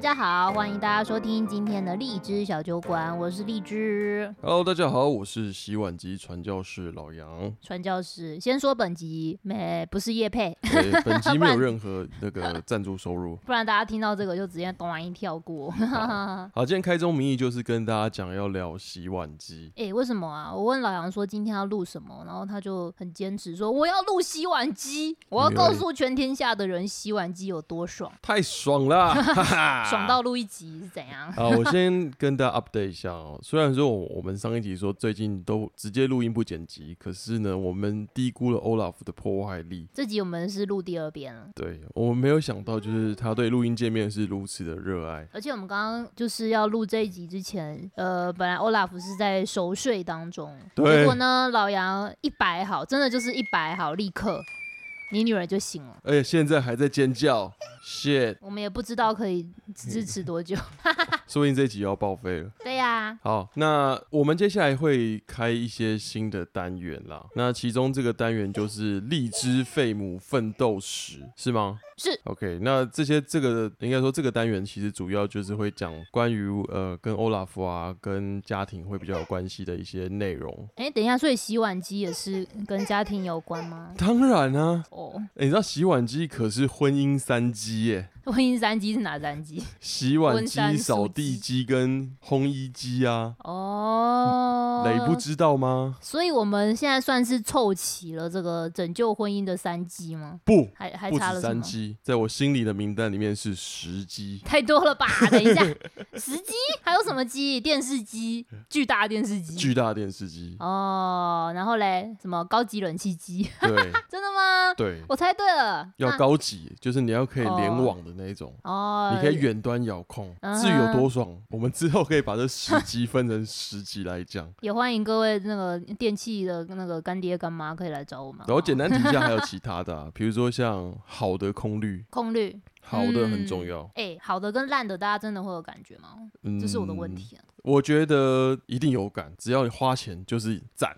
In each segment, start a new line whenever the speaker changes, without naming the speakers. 家好，欢迎大家收听今天的荔枝小酒馆，我是荔枝。
Hello，大家好，我是洗碗机传教士老杨
传教士。先说本集没不是叶配，
诶本集没
不然
有任何 那个赞助收入。
不然大家听到这个就直接咚一跳过。
好，好今天开宗明义就是跟大家讲要聊洗碗机。
哎、为什么啊？我问老杨说今天要录什么，然后他就很坚持说我要录洗碗机，我要告诉全天下的人洗碗机有多爽，
太爽啦！哈哈
爽 到录一集是怎样？
啊！我先跟大家 update 一下哦。虽然说我我们上一集说最近都直接录音不剪辑，可是呢，我们低估了 Olaf 的破坏力。
这集我们是录第二遍了。
对我们没有想到，就是他对录音界面是如此的热爱。
而且我们刚刚就是要录这一集之前，呃，本来 Olaf 是在熟睡当中，
对
结果呢，老杨一摆好，真的就是一摆好，立刻你女儿就醒了。
而且现在还在尖叫，shit！
我们也不知道可以支持多久。
说不定这集要报废了。
对呀、
好，那我们接下来会开一些新的单元啦。那其中这个单元就是荔枝废母奋斗史，是吗？
是。
OK，那这些这个应该说这个单元其实主要就是会讲关于呃跟 Olaf 啊跟家庭会比较有关系的一些内容。
哎，等一下，所以洗碗机也是跟家庭有关吗？
当然啊，
哦，
诶你知道洗碗机可是婚姻三机耶，
婚姻三机是哪三机？
洗碗
婚三
机、
素
扫地机跟烘衣机啊，
哦，
磊嗯不知道吗？
所以我们现在算是凑齐了这个拯救婚姻的三机吗？
不，
还还
不
差了
止
什
三
么？
鸡，在我心里的名单里面是十鸡。
太多了 吧？等一下，时机还有什么机？电视机，巨大电视机。，
巨大电视机
哦，然后嘞，什么高级冷气机？
对
真的吗？
对，
哦我猜对了。
要
那
高级，就是你要可以联
哦
网的那一种，
哦，
你可以远端遥控，
嗯
至于有多爽，我们之后可以把这 十集分成十集来讲。
也欢迎各位那个电器的那个干爹干妈可以来找我们。
然后简
单
单提一 下，还有其他的啊，比如说像好的空滤，
空滤，
好的很
嗯
重要。
哎，好的跟烂的，大家真的会有感觉吗？
嗯，
这是我的问。题啊。
我觉得一定有感，只要你花钱就是赞。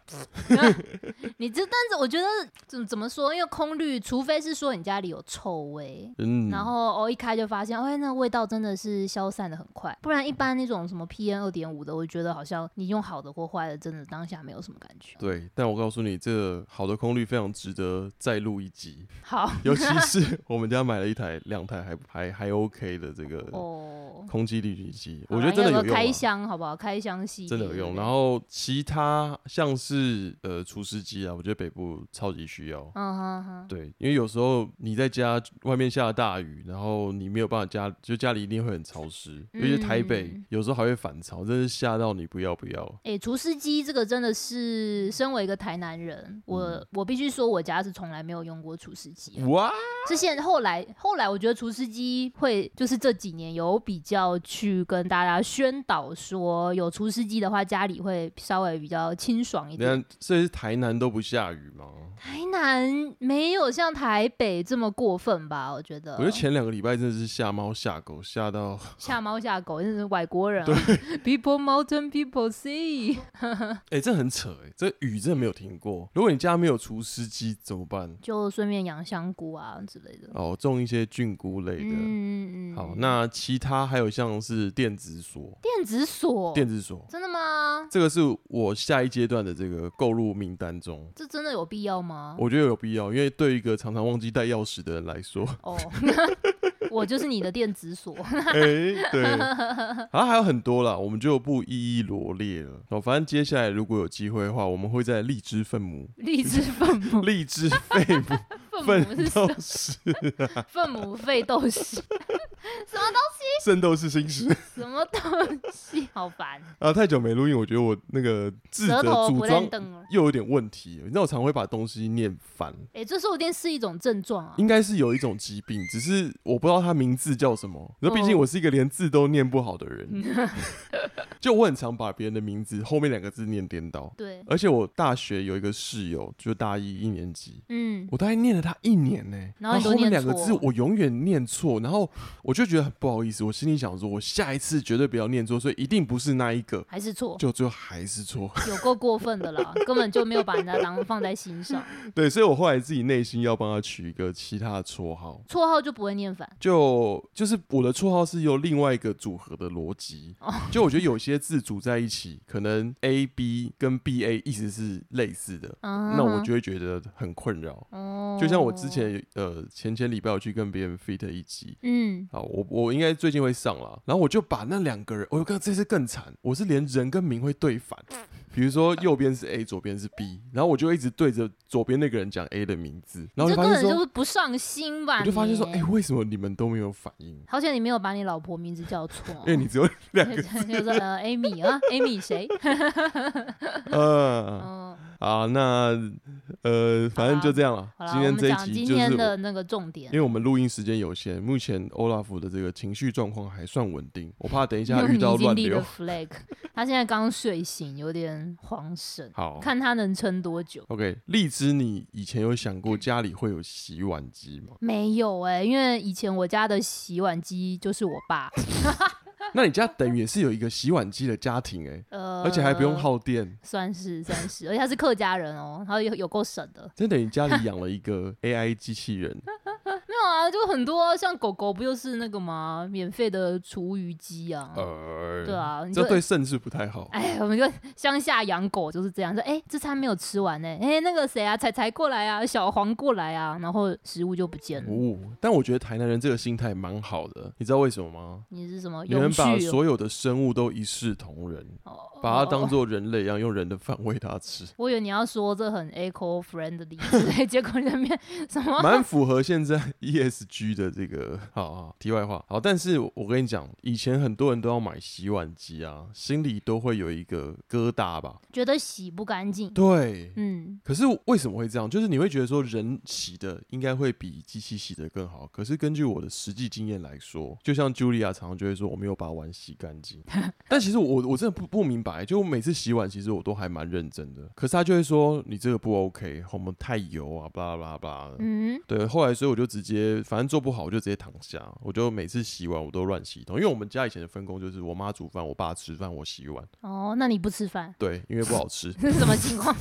你这但是我觉得怎怎么说？因为空滤，除非是说你家里有臭味，
嗯，
然后哦一开就发现，哎，那味道真的是消散的很快。不然一般那种什么 PM 二点五的，我觉得好像你用好的或坏的，真的当下没有什么感觉。
对，但我告诉你，这个好的空滤非常值得再录一集。
好
尤其是我们家买了一台两台还 还还 OK 的这个
哦，
空气滤净机，
好
我觉
啦
得真的
要
有
不要
用啊、
开箱好不好？开箱系
真的有
列
用。
对
然后其他像是呃除湿机啊，我觉得北部超级需要。
嗯哼哼，
对，因为有时候你在家外面下大雨，然后你没有办法家，就家里一定会很潮湿，尤其是台北，
嗯
有时候还会反潮，真是吓到你不要不要。
哎、除湿机这个真的是，身为一个台南人，我、
嗯
我必须说，我家是从来没有用过除湿机的。
哇，
之前后来后来，我觉得除湿机会就是这几年有比较去跟大家宣导说，有除湿机的话，家里会稍微比较清爽一
你
点。
看，这是台南都不下雨吗？
台南没有像台北这么过分吧？我觉得
我觉得前两个礼拜真的是吓猫吓狗，吓到
下猫下狗，真的是外国人、啊。people mountain people sea。
哎、这很扯哎、这雨真的没有停过。如果你家没有除湿机怎么办？
就顺便养香菇啊之类的。
哦，种一些菌菇类的。
嗯嗯嗯
好，那其他还有像是电子锁，
电子锁，
电子锁
真的吗？
这个是我下一阶段的这个购入名单中，
这真的有必要吗？
我觉得有必要，因为对一个常常忘记带钥匙的人来 说，
哦，我就是你的电子锁。
哎、对，然后还有很多啦，我们就不一一罗列了。哦，反正接下来如果有机会的话，我们会在荔枝 分母、
荔枝分母，
荔枝 肺母
分母
奋
是
斗士、
分母费斗士，
圣斗士星矢。
什么东西？ 好烦，
啊，太久没录音，我觉得我那个自
舌
责
头
组
不认
装
凳了。
又有点问题。你知道我常会把东西念反，
哎、这说不定是一种症状啊。
应该是有一种疾病，只是我不知道它名字叫什么。那毕竟
哦嗯
我是一个连字都念不好的人， 就我很常把别人的名字后面两个字念颠倒。
对，
而且我大学有一个室友，就大一一年级。
嗯，
我大概念了他一年呢、
然后你都
后
念
面两个
错
字我永远念错，然后我就觉得很不好意思，我心里想说，我下一次绝对不要念错，所以一定不是那一个，
还是错，
就最后还是错。
有够过分的啦，根本就没有把人家当 放在心上。
对，所以我后来自己内心要帮他取一个其他的绰号，
绰号就不会念反，
就就是我的绰号是由另外一个组合的逻辑
哦，
就我觉得有些字组在一起，可能 A B 跟 B A 意思是类似的，
嗯，
那我就会觉得很困扰。
哦
就像我之，前呃前前礼拜我去跟别人 fit 一集。
嗯，
啊，我我应该最近会上啦，然后我就把那两个人，我看这次更惨，我是连人跟名会对反，比如说右边是 A，左边是 B，然后我就一直对着左边那个人讲 A 的名字，然后
你这根
我就发
本
现
就
说，
是不上心吧？
我就发现说，
你
哎、为什么你们都没有反应？
好险你没有把你老婆名字叫错，
因为你 只有两
就
个，
是呃，Amy 啊，Amy 谁？
呃，
嗯，
啊，那呃，反正就这样了
好。啦，我
今天
们
这
讲
一
今
集就是
天
我，
的那个重点
因，为我们录音时间有限，目前 Olaf 的这个情绪状况还算稳定，我怕等一下
用
遇
你
到
经
乱
历的
流。
flag，他现在刚睡醒，有点慌神，
好
看他能撑多久。？
，OK，荔枝，你以前有想过家里会有洗碗机吗
没有哎、因为以前我家的洗碗机就是我爸，
那你家等于也是有一个洗碗机的家庭哎，
呃，
而且还不用，耗电，
算是算是，而且他是客家人哦，然后有有够省的。
真等于家里养了 一个 AI 机器人。
没有啊，就很多啊像狗狗不就是那个吗？免费的厨余机啊，
呃，
对，啊，你就
这对肾是不太好。
哎，我们就乡下养狗就是这样，说哎、这餐没有吃完呢、哎、那个谁啊，彩彩过来啊，小黄过来啊，然后食物就不见了。
哦，但我觉得台南人这个心态蛮好的，你知道为什么吗？
你是什么
你
永
们
续
把
哦？
所有的生物都一视同仁，
哦
把它当
哦
做人类一样，用人的饭 喂它吃，
我以为你要说这很 eco friendly，之 类结果里面什么
蛮符合现在 ESG 的这个。好好，题外话，好，但是我跟你讲，以前很多人都要买洗碗机啊，心里都会有一个疙瘩吧？
觉得洗不干净。
对。
嗯，
可是为什么会这样？就是你会觉得说人洗的应该会比机器洗的更好。可是根据我的实际经验来说，就像 Julia 常常就会说我没有把碗洗干 净，但其实我我真的不不明白，就我每次洗碗其实我都还蛮认真的，可是他就会说你这个不 OK，我们太油啊，巴拉巴拉巴拉的。
嗯，
对，后来所以我就直接，反正做不好我就直接躺下，我就每次洗碗我都乱洗一通，因为我们家以前的分工就是我妈煮饭，我爸吃饭，我洗碗。
哦，那你不吃饭
对，因为不 好吃，
是什么情况？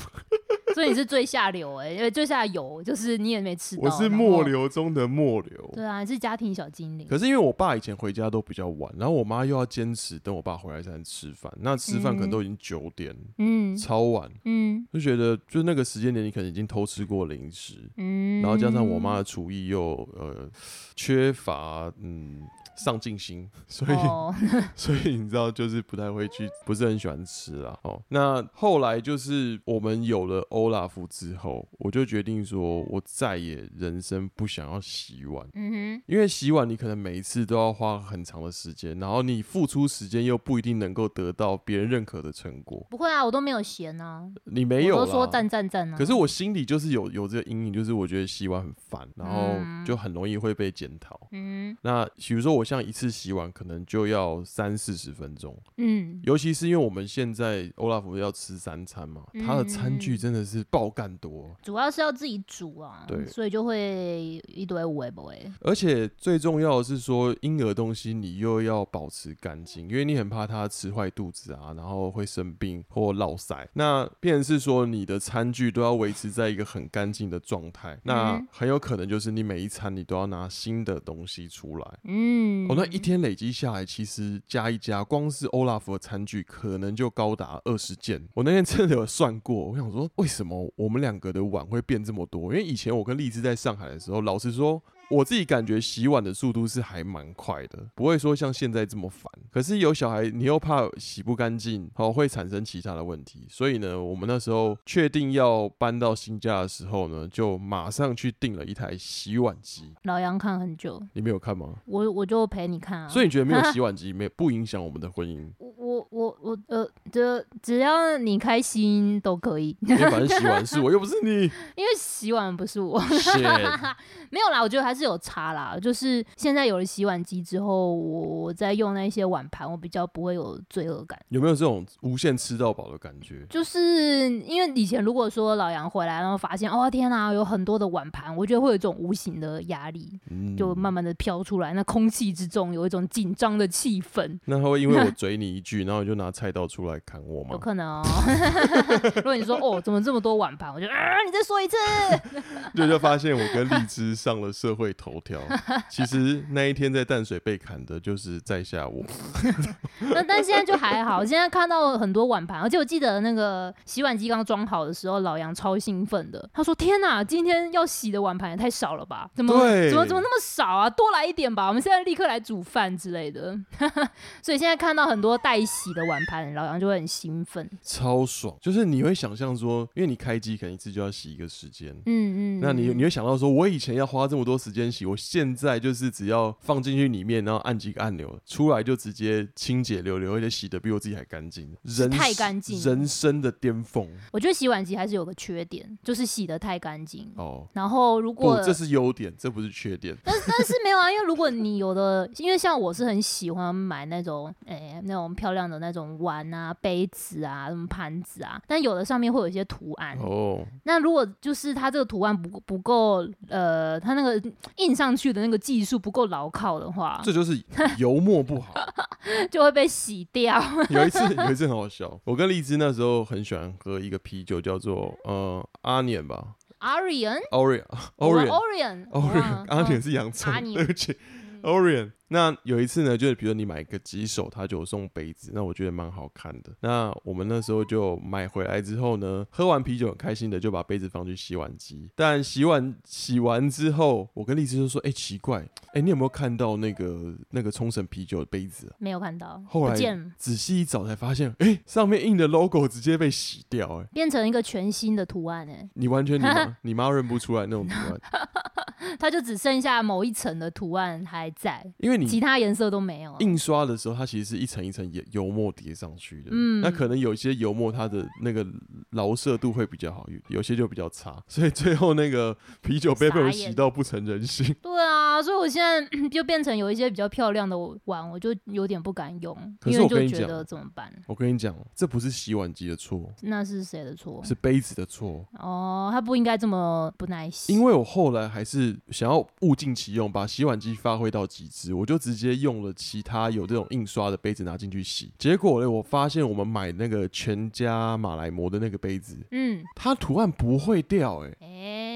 所以你是最下流哎、因为最下游就是你也没吃到。
我是
然后
末。流中的末流。
对啊，你是家庭小精灵。
可是因为我爸以前回家都比较晚，然后我妈又要坚持等我爸回来才能吃饭，那吃饭可能都已经九点，
嗯
超晚，
嗯
就觉得就那个时间点你可能已经偷吃过零食，
嗯。
然后加上我妈的厨艺又呃缺乏嗯上进心，所以、
哦，
所以你知道就是不太会去，不是很喜欢吃啊。哦，那后来就是我们有了欧拉夫之后，我就决定说我再也人生不想要洗碗。
嗯
因为洗碗，你可能每一次都要花很长的时间，然后你付出时间又不一定能够得到别人认可的成果
哼，。不会啊，我都没有闲啊，
你没有
我都说
啦，
赞赞赞啊。
可是我心里就是有有这个阴影，就是我觉得洗碗很烦，然后
嗯
就很容易会被检讨。
嗯
那比如说我像一次洗碗，可能就要三四十分钟，
嗯，
尤其是因为我们现在欧拉福要吃三餐嘛，他的餐具
嗯
真的是爆干多。
主要是要自己煮啊，
对
所以就会一堆欸无为不为。
而且最重要的是说，婴儿东西你又要保持干净，因为你很怕它吃坏肚子啊，然后会生病或落腮。那便是说，你的餐具都要维持在一个很干净的状态，那
嗯
很有可能就是你每一餐你都要拿新的东西出来。
嗯，
哦，那一天累积下来，其实加一加，光是欧拉夫的餐具可能就高达二十件。我那天真的有算过，我想说，为什么我们两个的碗会变这么多？因为以前我跟荔枝在上海的时候，老实说。我自己感觉洗碗的速度是还蛮快的，不会说像现在这么烦。可是有小孩，你又怕洗不干净，哦，会产生其他的问题。所以呢，我们那时候确定要搬到新家的时候呢，就马上去订了一台洗碗机。
老杨看很久，
你没有看吗？
我我就陪你看啊。
所以你觉得没有洗碗机没不影响我们的婚姻？
我我我我呃，就只要你开心都可以，
因为反正洗碗是我，又不是你。
因为洗碗不是我，
Shit，
没有啦，我觉得还是有差啦。就是现在有了洗碗机之后，我我在用那些碗盘，我比较不会有罪恶感。
有没有这种无限吃到饱的感觉？
就是因为以前如果说老杨回来，然后发现哦天哪、有很多的碗盘，我觉得会有一种无形的压力，
嗯，
就慢慢的飘出来。那空气之中有一种紧张的气氛，
那他会因为 我嘴你一句，然后你就拿菜刀出来砍我
有
吗？
可能哦。 如果你说哦怎么这么多碗盘，我就啊你再说一次，
就就发现我跟荔枝上了社会头 条。其实那一天在淡水被砍的就是在下我。
那但现在就还好，现在看到很多碗盘，而且我记得那个洗碗机刚装好的时候，老杨超兴奋的，他说：“天哪，今天要洗的碗盘也太少了吧？怎么
对
怎么怎么那么少啊？多来一点吧，我们现在立刻来煮饭之类的。” 所以现在看到很多待洗的碗盘，老杨就会很兴奋。
超爽，就是你会想象说，因为你开机可能一次就要洗一个时间。
嗯嗯，
那你
嗯
你会想到说，我以前要花这么多时间洗，我现在就是只要放进去里面，然后按几个按钮，出来就直接清洁流流，而且洗的比我自己还干净，人
太
生
干净
人生的巅峰
我觉得洗碗机还是有个缺点，就是洗的太干净。
哦。
然后如
不
果，
这是优点，这不是缺点。
但但是没有啊，因为如果你有的，因为像我是很喜欢买那种诶、那种漂亮的那种碗啊、杯子啊、什么盘子啊，但有的上面会有一些图案。
哦，
那如果就是它这个图案不不够呃，它那个印上去的那个技术不够牢靠的话，
这就是油墨 不好。
就会被洗掉。
有一次，有一次很好笑，我跟荔枝那时候很喜欢喝一个啤酒，叫做呃阿年吧
Orion
，Orion
我忘
Orion
Orion 嗯
Orion，阿年是洋葱
阿，年
对不起，Orion。那有一次呢，就是比如你买个几手，他就有送杯子，那我觉得蛮好看的。那我们那时候就买回来之后呢，喝完啤酒很开心的就把杯子放去洗碗机，但洗碗洗完之后，我跟荔枝就说：“哎、奇怪，哎、你有没有看到那个那个冲绳啤酒的杯子啊？”
没有看到，
后
不
来
见了
仔细一找才发现，哎、上面印的 logo 直接被洗掉、哎，
变成一个全新的图案欸诶、
你完全 你妈你妈认不出来那种图案，
它就只剩下某一层的图案还在，
因为
其
你
他颜色都没有了。
印刷的时候，它其实是一层一层油油墨叠上去的。
嗯
那可能有些油墨它的那个牢色度会比较好，有有些就比较差， 所以最后那个啤酒杯被我
傻
洗
眼
到不成人形。
对啊，所以我现在 就变成有一些比较漂亮的碗，我就有点不敢用，
可
因
是
为
我跟
就
你
觉
讲啊
得怎么办？
我跟你讲，这不是洗碗机的错，
那是谁的错？
是杯子的错。
哦，他不应该这么不耐心。
因为我后来还是想要物尽其用，把洗碗机发挥到极致，我就直接用了其他有这种印刷的杯子拿进去洗。结果呢，我发现我们买那个全家马来模的那个杯子，
嗯，
它图案不会掉、欸，哎，
哎、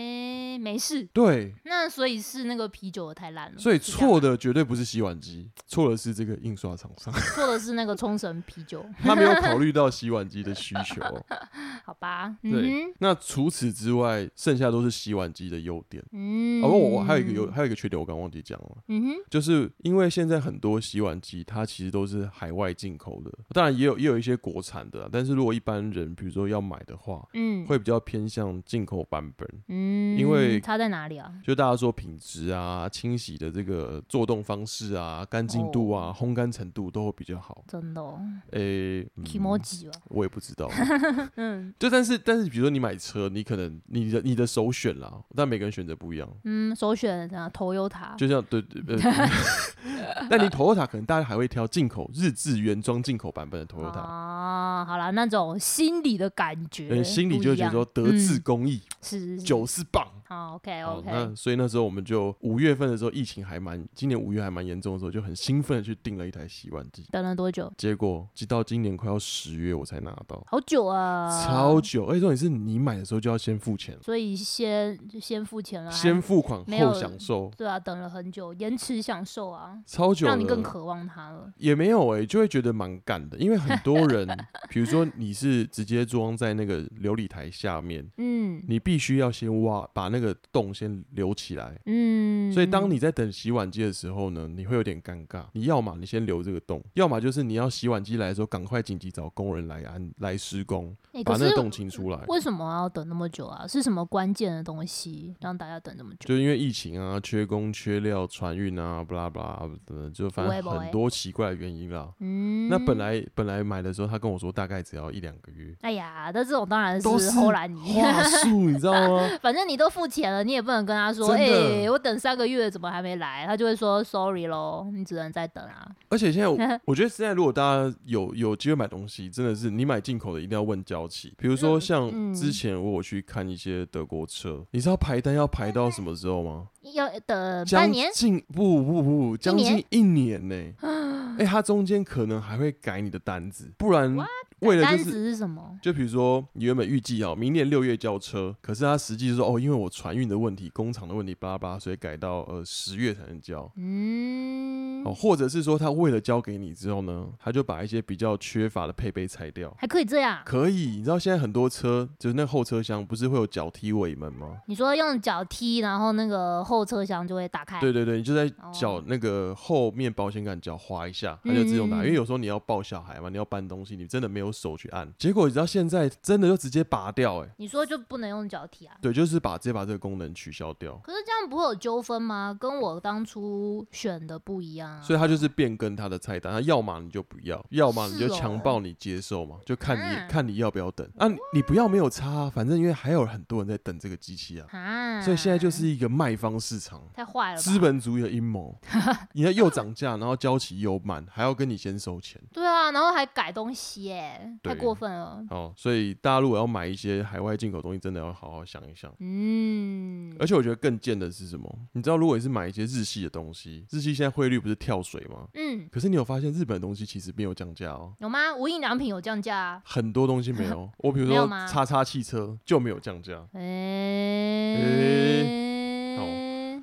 没事。
对，
那所以是那个啤酒太烂了，
所以
是这样
错的绝对不是洗碗机，错的是这个印刷厂 商，
错的是那个冲绳啤酒，
他没有考虑到洗碗机的需 求。
好吧？
对
嗯哼
那除此之外，剩下都是洗碗机的优点。
嗯，
哦，不，我我还有一个优，，还有一个缺点，我刚忘记讲了。
嗯哼，
就是因为现在很多洗碗机它其实都是海外进口的，当然也有也有一些国产的啊、但是如果一般人比如说要买的话，
嗯，
会比较偏向进口版本。
嗯，
因为
差在哪里啊？
就大家说品质啊、清洗的这个做动方式啊、干净度
哦
啊、烘干程度都会比较好。
真的、哦，
诶、
提莫
嗯，
吉吧？
我也不知道。
嗯
就但是但是，比如说你买车，你可能你的你的首选啦，但每个人选择不一样。
嗯，首选啊，头优塔，
就像对对，呃 那你 Toyota 可能大家还会挑进口日制原装进口版本的 Toyota，
哦，好啦，那种心理的感觉，
呃，心里就会觉得说
不一
德
样
智工艺
嗯是是
九四棒。
好 OK
好，
OK，
那所以那时候我们就五月份的时候，疫情还蛮，今年五月还蛮严重的时候，就很兴奋的去订了一台洗碗机，
等了多久？
结果直到今年快要十月我才拿到，
好久啊，
超，久。而且重点是你买的时候就要先付钱，
所以先就先付钱了，
先
还
付款
没有
后享受，
对啊，等了很久，延迟享受啊，
超久了。
让你更渴望它了。
也没有哎、就会觉得蛮干的，因为很多人，比如说你是直接装在那个琉璃台下面，
嗯
你必须要先挖，把那个洞先留起来，
嗯，嗯，
所以当
嗯
你在等洗碗机的时候呢，你会有点尴尬。你要么你先留这个洞，要么就是你要洗碗机来的时候赶快紧急找工人来安来施工，
欸
把
可
那个
是
洞清出来。
为什么要等那么久啊？是什么关键的东西让大家等那么久？
就因为疫情啊，缺工、缺料、船运啊，巴拉巴拉的，就反
不会
正
不会
很多奇怪的原因啦。
嗯，
那本来本来买的时候，他跟我说大概只要一两个月，
哎呀，那这种当然
都是
后来你，
话术你知道吗？
反正你都付钱了，你也不能跟他说，哎、
真的
我等三个月怎么还没来？他就会说 sorry 咯，你只能再等啊。
而 且现在我我觉得现在如果大家有有机会买东西，真的是你买进口的一定要问交期。比如说
嗯
像之前我有去看一些德国车，你知道排单要排到什么时候吗？
要等呃半
将
年，
近不不不，将近
年
一年呢、 哎、它中间可能还会改你的单子，不然
What？
为了
单
就
子
是。
是什么？
就比如说，你原本预计哦，明年六月交车，可是它实际是说哦，因为我船运的问题、工厂的问题，巴拉巴拉，所以改到呃十月才能交。
嗯，
哦，或者是说他为了交给你之后呢，他就把一些比较缺乏的配备拆掉。
还可以这样。
可以，你知道现在很多车就是那后车厢不是会有脚踢尾门吗？
你说用脚踢，然后那个后车厢就会打开。
对对对，你就在
哦
脚那个后面保险杆脚滑一下，它就自动
嗯
打。
嗯嗯
因为有时候你要抱小孩嘛，你要搬东西，你真的没有手去按。结果你知道现在真的就直接拔掉、欸，哎，
你说就不能用脚踢啊？
对，就是把直接把这个功能取消掉。
可是这样不会有纠纷吗？跟我当初选的不一样啊。
所以它就是变更它的菜单，它要么你就不要，要么你就是
哦
强暴你接受嘛，就看你、
啊
看你要不要等啊。你你不要没有差、啊，反正因为还有很多人在等这个机器啊，
啊，
所以现在就是一个卖方市场，
太坏了吧。
资本主义的阴谋。 你要又涨价，然后交期又慢，还要跟你先收钱。
对啊，然后还改东西耶，太
对
过分了。
哦，所以大家如果要买一些海外进口东西，真的要好好想一想。
嗯，
而且我觉得更贱的是什么？你知道，如果你是买一些日系的东西，日系现在汇率不是跳水吗？
嗯，
可是你有发现日本的东西其实没有降价哦。
有吗？无印良品有降价啊？
很多东西没 有。我比如
没有
说
吗
叉叉汽车就没有降价。
哎、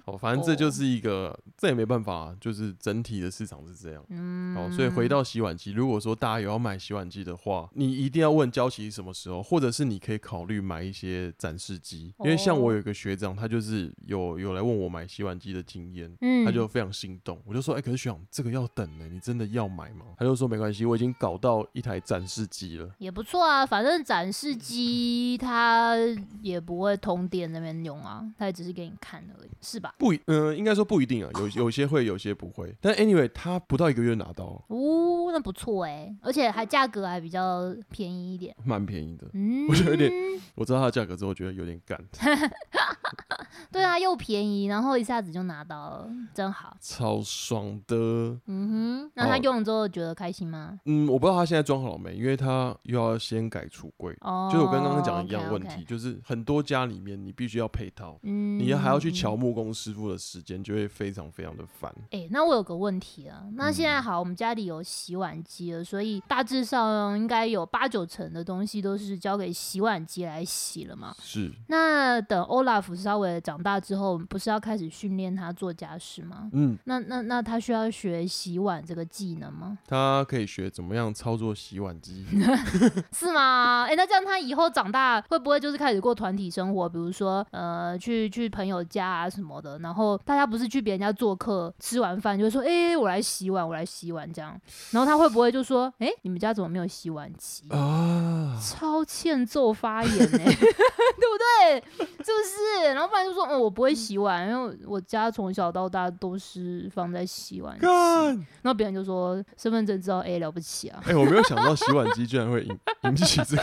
哦，反正这
哦
就是一个，这也没办法，就是整体的市场是这样。
嗯，
哦，所以回到洗碗机，如果说大家有要买洗碗机的话，你一定要问交期什么时候，或者是你可以考虑买一些展示机，因为像
哦
我有一个学长，他就是有有来问我买洗碗机的经验，
嗯，
他就非常心动。我就说，哎、可是学长这个要等呢、你真的要买吗？他就说没关系，我已经搞到一台展示机了。
也不错啊，反正展示机它也不会通电那边用啊，它也只是给你看而已，是吧？
不一，嗯、应该说不一定啊，有有些会，有些不会。但 anyway，他不到一个月拿到，
哦，那不错哎、而且还价格还比较便宜一点。
蛮便宜的。
嗯，
我觉得有点，我知道它的价格之后，觉得有点干，
对啊，又便宜，然后一下子就拿到了，真好。
超爽的。
嗯哼，那他
哦
用了之后觉得开心吗？
嗯，我不知道他现在装好了没，因为他又要先改橱柜，
哦，
就是我跟刚刚讲的一样问
OK，OK
题，就是很多家里面你必须要配套，
嗯，
你还要去瞧木工师傅的时间，就会非常非常的烦。
哎、那我有个问题啊，那现在好，我们家里有洗碗机了，所以大致上应该有八九成的东西都是交给洗碗机来洗了嘛。
是，
那等 Olaf 稍微长大之后，不是要开始训练他做家事吗？
嗯，
那那那他需要学洗碗这个技能吗？
他可以学怎么样操作洗碗 机。
是吗？哎、那这样他以后长大会不会就是开始过团体生活？比如说，呃，去去朋友家啊什么的，然后大家不是去别人家做客，吃完饭就会说，哎、我来洗碗，我来洗碗这样。然后他会不会就说，哎、你们家怎么没有洗碗机？
啊，
超欠揍发言呢、 对不对？是 不是？然后不然就说，哦，我不会洗碗，因为我家从小到大都是放在洗碗机。
干！
然后别人就说，身份证知道，哎、了不起啊。
哎、我没有想到洗碗机居然会引引起这个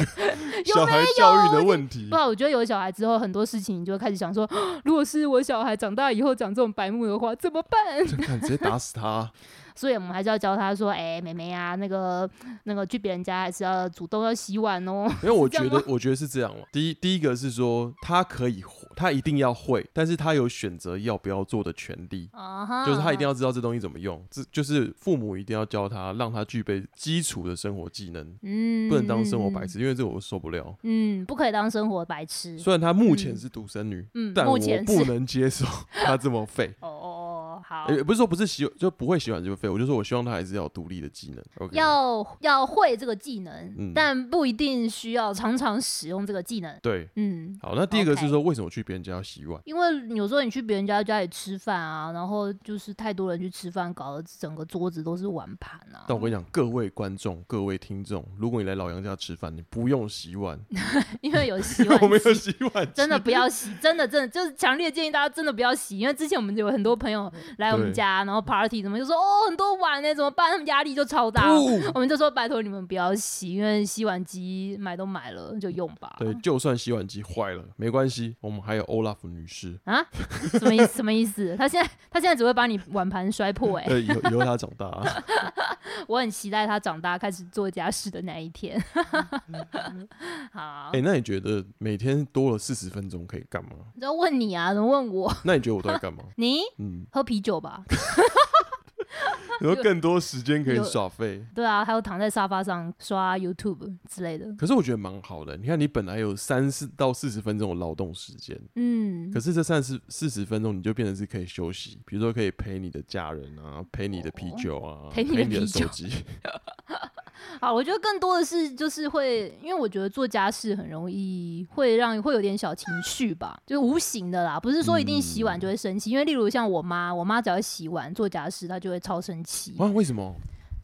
小孩教育的问题
不。然我觉得有小孩之后，很多事情你就会开始想说， 如果是我小孩长大以后讲这种白目的话，怎么办？
这看直接打死他！啊
所以我们还是要教他说，哎、妹妹啊，那个那个去别人家还是要主动要洗碗哦。
因为我
这
觉
样
得，我觉得是这样嘛。第一，第一个是说他可以会，他一定要会，但是他有选择要不要做的权利，
啊哈
就是他一定要知道这东西怎么用。这就是父母一定要教他，让他具备基础的生活技能，
嗯
不能当生活白，痴，因为这我受不了。
嗯，不可以当生活白痴。
虽然她目前是独生女，
嗯，
但我
目前是
不能接受她这么废。
哦哦哦，好，
也、哎不是说不是喜就不会喜欢这个废物，我就说我希望他还是要有独立的技能。OK，
要要会这个技能，
嗯
但不一定需要常常使用这个技能。
对，
嗯，
好，那第一个
OK
是说为什么去别人家要洗碗？
因为有时候你去别人家家里吃饭啊，然后就是太多人去吃饭，搞得整个桌子都是碗盘啊。
但我跟你讲，各位观众、各位听众，如果你来老杨家吃饭，你不用洗碗，
因为有 洗
我没
碗
有
机。
洗碗机，
真的不要洗，真的真的就是强烈建议大家真的不要洗，因为之前我们有很多朋友来我们
对
家，然后 party 怎么就说哦很多碗呢，怎么办？他们压力就超大，
不。
我们就说拜托你们不要洗，因为洗碗机买都买了就用吧。
对，就算洗碗机坏了，没关系，我们还有 Olaf 女士。
啊，什么意思？什么意思？他现在他现在只会把你碗盘摔破、欸，
呃，以后以后她长大、啊
我很期待他长大开始做家事的那一天。好
嗯 哎、，那你觉得每天多了四十分钟可以干嘛？
要问你啊，怎么问我？
那你觉得我都在干嘛？
你
嗯，
喝啤酒吧？
你说更多时间可以
有
耍废。
对啊，还有躺在沙发上刷 YouTube 之类的。
可是我觉得蛮好的，你看你本来有三四到四十分钟的劳动时间，
嗯
可，是这三十四十分钟你就变成是可以休息，比如说可以陪你的家人啊，陪你的啤酒啊，
哦陪你的
陪你的
啤酒
手机，
好，我觉得更多的是就是会，因为我觉得做家事很容易会让会有点小情绪吧，就是无形的啦，不是说一定洗碗就会生气，因为例如像我妈，我妈只要洗碗做家事，她就会超生气。
啊，为什么？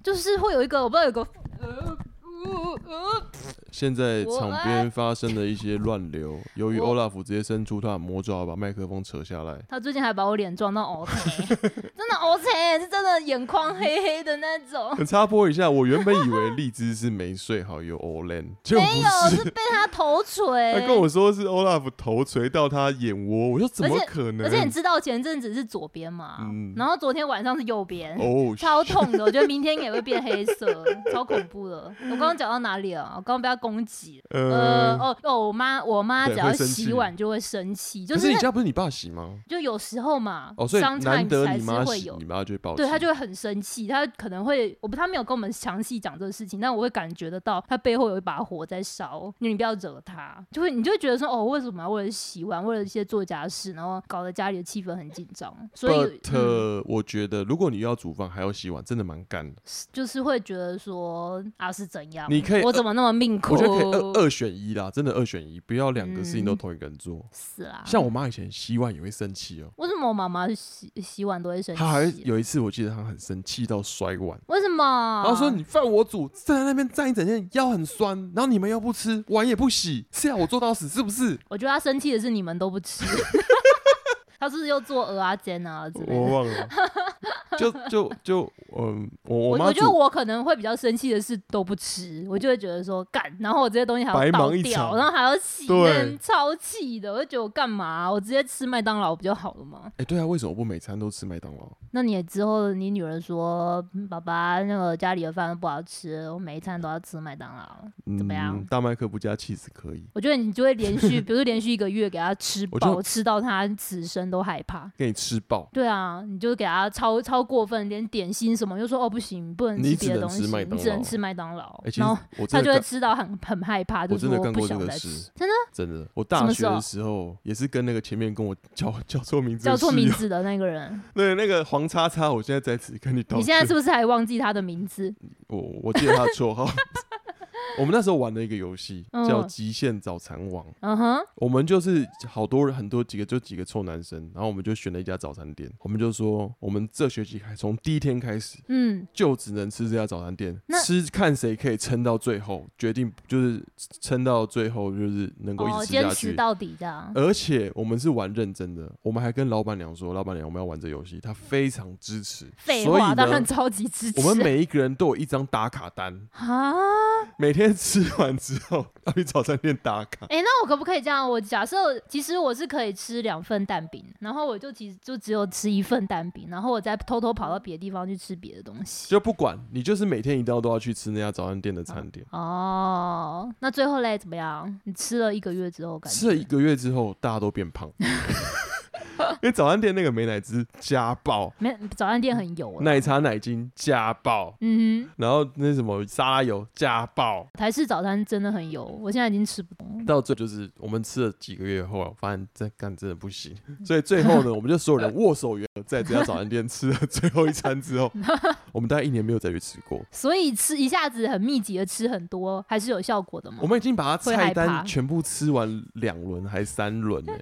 就是会有一个我不知道有个呃呃呃，
现在
我啊
场边发生了一些乱流，由于
我
欧拉夫直接伸出他的魔爪把麦克风扯下来。
他最近还把我脸撞到 OK，真的 OK 是真的眼眶黑黑的那种。
呃插播一下，我原本以为荔枝是没睡好有 Olan，结果
没有，
不
是
是。
被他头锤。
他跟我说是 Olaf 头垂到他眼窝，我说怎么
而且
可能？
而且你知道前阵子是左边嘛，
嗯
然后昨天晚上是右边，
哦，
超痛的。我觉得明天也会变黑色，超恐怖的。我刚刚讲到哪里了？我刚刚被他攻击了。呃，
呃，
哦哦，我妈我妈
对
只要
会生气
洗碗就会生气，就
可是
是
你
那
家不是你爸洗吗？
就有时候嘛，
哦，所以
商
难
场
得
才
你
是
妈
会
洗
有，。
你妈就会暴
对
气
他就会很生气，他可能会，我不，他没有跟我们详细讲这个事情，但我会感觉得到他背后有一把火在烧，你不要惹他，就会你就会觉得说，哦，为什么要为了洗碗，为了一些做家事，然后搞得家里的气氛很紧张，所以
But、
嗯、
呃我觉得，如果你要煮饭还要洗碗，真的蛮干的。
就是会觉得说啊是怎样，
你可以
我怎么那么命苦，
我觉得可以呃二二选一啦，真的二选一，不要两个事情
嗯
都同一个人做。
死啦，
像我妈以前洗碗也会生气哦，
为什么我妈妈洗洗碗都会生气哦
她还
啊？
有一次我记得她很生气到摔碗，
为什么？
然后说你饭我煮，站在那边站一整天，腰很酸，然后你们又不吃，碗也不洗，是要我做到死是不是？
我觉得他生气的是你们都不吃， 他是不是又做鹅啊煎啊之类的
我？忘了， 就就就嗯，我我
我
妈
我觉得
煮
我可能会比较生气的是都不吃，我就会觉得说干，然后我这些东西还
白
要倒
忙一场
掉，然后还要洗，
对
真的超气的，我就觉得我干嘛啊、我直接吃麦当劳不就好了吗？
哎，对啊，为什么不每餐都吃麦当劳？
那你也之后你女儿说，嗯爸爸那个家里的饭不好吃，我每一餐都要吃麦当劳，怎么样
嗯？大麦克不加 cheese 可以。
我觉得你就会连 续，比如说连续一个月给她吃
我就
饱，吃到她此生都害怕。
给你吃爆，
对啊，你就给他超超过分，连点心什么又说哦不行，不能吃
你只
别的
能
东
吃
西，
麦
你
当
只能
劳
吃麦当劳
哎、其，实
然后
我
他
真
就会
的
吃到很很害怕，就
我
是
真的
说
干
不
过这
想
个
再
事
吃。真的
干真的，我大
么
学
时候
的时候也是跟那个前面跟我叫叫错名字的
叫错
室友
名，字的那个人，
对那个黄叉叉，我现在在此跟你道歉。
你现在是不是还忘记他的名字？
我我记得他的绰号。 我们那时候玩了一个游戏叫《
嗯
极限早餐王》，
嗯哼，
我们就是好多人很多几个就几个臭男生，然后我们就选了一家早餐店，我们就说我们这学期开从第一天开始
嗯，
就只能吃这家早餐店，
那
吃看谁可以撑到最后，决定就是撑到最后就是能够
哦，
一直吃
坚
下去。呃
持到底这样。
而且我们是玩认真的，我们还跟老板娘说，老板娘我们要玩这游戏，她非常支持。
废
所
话，
以
当然
呢，
超级支持。
我们每一个人都有一张打卡 单，
啊，
每天吃完之后要去早餐店打卡。
哎、那我可不可以这样？我假设其实我是可以吃两份蛋饼，然后我就其实就只有吃一份蛋饼，然后我再偷偷跑到别的地方去吃别的东西。
就不管你，就是每天一定要都要去吃那家早餐店的餐
啊
点。
哦，那最后嘞怎么样？你吃了一个月之后感
吃了
觉
一个月之后，大家都变胖。因为早餐店那个美乃滋家暴，
没早餐店很油啊了。
奶茶奶精家暴，
嗯哼，
然后那什么沙拉油家暴，
台式早餐真的很油，我现在已经吃不动。
到最后就是我们吃了几个月后啊，我发现这干真的不行，
嗯
所以最后呢，我们就所有人握手言和，在这家早餐店吃了最后一餐之 后，我们大概一年没有再去吃过。
所以吃一下子很密集的吃很多，还是有效果的嘛
我。们已经把它
会
菜
害怕
单全部吃完两轮还三 轮呢、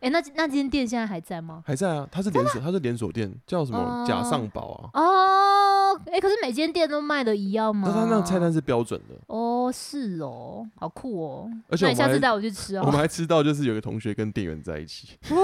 哎、那那间店现在还在吗？
还在啊，它是连锁，它是连锁店，叫什么
哦
假上宝啊，
哦，哎、可是每间店都卖的一样吗？
但是它那个菜单是标准的，
哦，是哦，好酷哦。
而且
那
我
你
们
下次
还
带我去吃
我们
哦。
还吃到就是有一个同学跟店员在一起，
哦，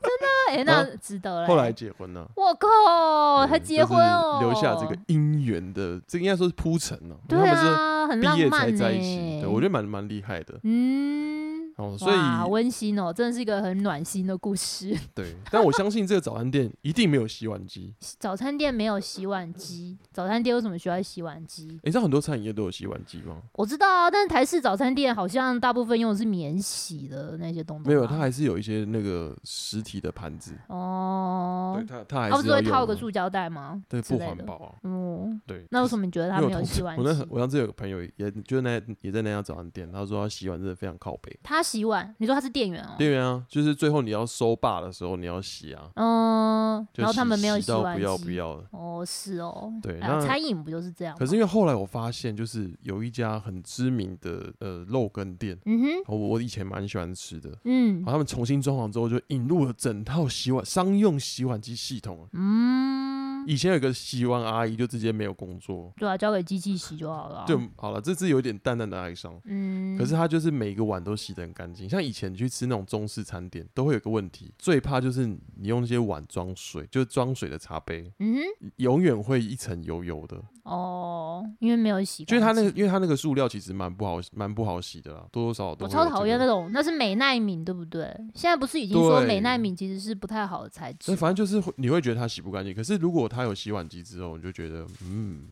真的，哎、 那值得了、
后来，结婚了。
我靠，
对
还结婚哦，
嗯就是留下这个姻缘的，这个应该说是铺陈了。因为
对
他们是
啊，很浪
毕业才
漫欸
在一
呢
起，对我觉得蛮蛮厉害的。
嗯，
哦，所以
哇，温馨哦，真的是一个很暖心的故事。
对，但我相信这个早餐店一定没有洗碗机。
早餐店没有洗碗机，早餐店为什么需要洗碗机？
诶你知道很多餐饮业都有洗碗机吗？
我知道啊，但是台式早餐店好像大部分用的是免洗的那些东东吧。
没有，它还是有一些那个实体的盘子。
哦
对，，它它还
他不
是
是
要
会套
用
个
啊，
塑胶袋吗？
对，
之
不
类
环
的。
保啊。
嗯，
对，
那为
么？
什么你觉得
因
他
为
没
我
有
同
洗
事，
碗
我那
机？
我上次有个朋友也就是那也在那家早餐店，他说他洗碗真的非常靠背。
他洗碗，你说他是店员哦？
店员啊，就是最后你要收把的时候你要洗啊，
嗯，
就
然后他
洗
们没有
洗
洗
到
碗
不要不
机。
要了。
哦，是哦，
对
哎呀
那
餐饮不就是这样吗？
可是因为后来我发现，就是有一家很知名的呃肉羹店，哦
嗯哼，
我我以前蛮喜欢吃的，哦
嗯
好，他们重新装潢之后，就引入了整套洗碗商用洗碗机系统。
嗯，
以前有个洗碗阿姨就直接没有工作，
对啊，交给机器洗就好了啊。
就好了，这次有点淡淡的哀伤。
嗯，
可是她就是每一个碗都洗得很干净，像以前去吃那种中式餐点，都会有个问题，最怕就是你用那些碗装水，就是装水的茶杯，
嗯哼。
永远会一层油油的。
哦，因为没有洗
就
干净，
是它那个，因为它那个塑料其实蛮不好，蛮不好洗的啦，多多少少都
我
会有
超
这
讨厌那
个。
种，那是美耐敏对不对？现在不是已经说
对
美耐敏其实是不太好的材质
所以，反正就是会你会觉得它洗不干净，可是如果它有洗碗机之后，你就觉得嗯，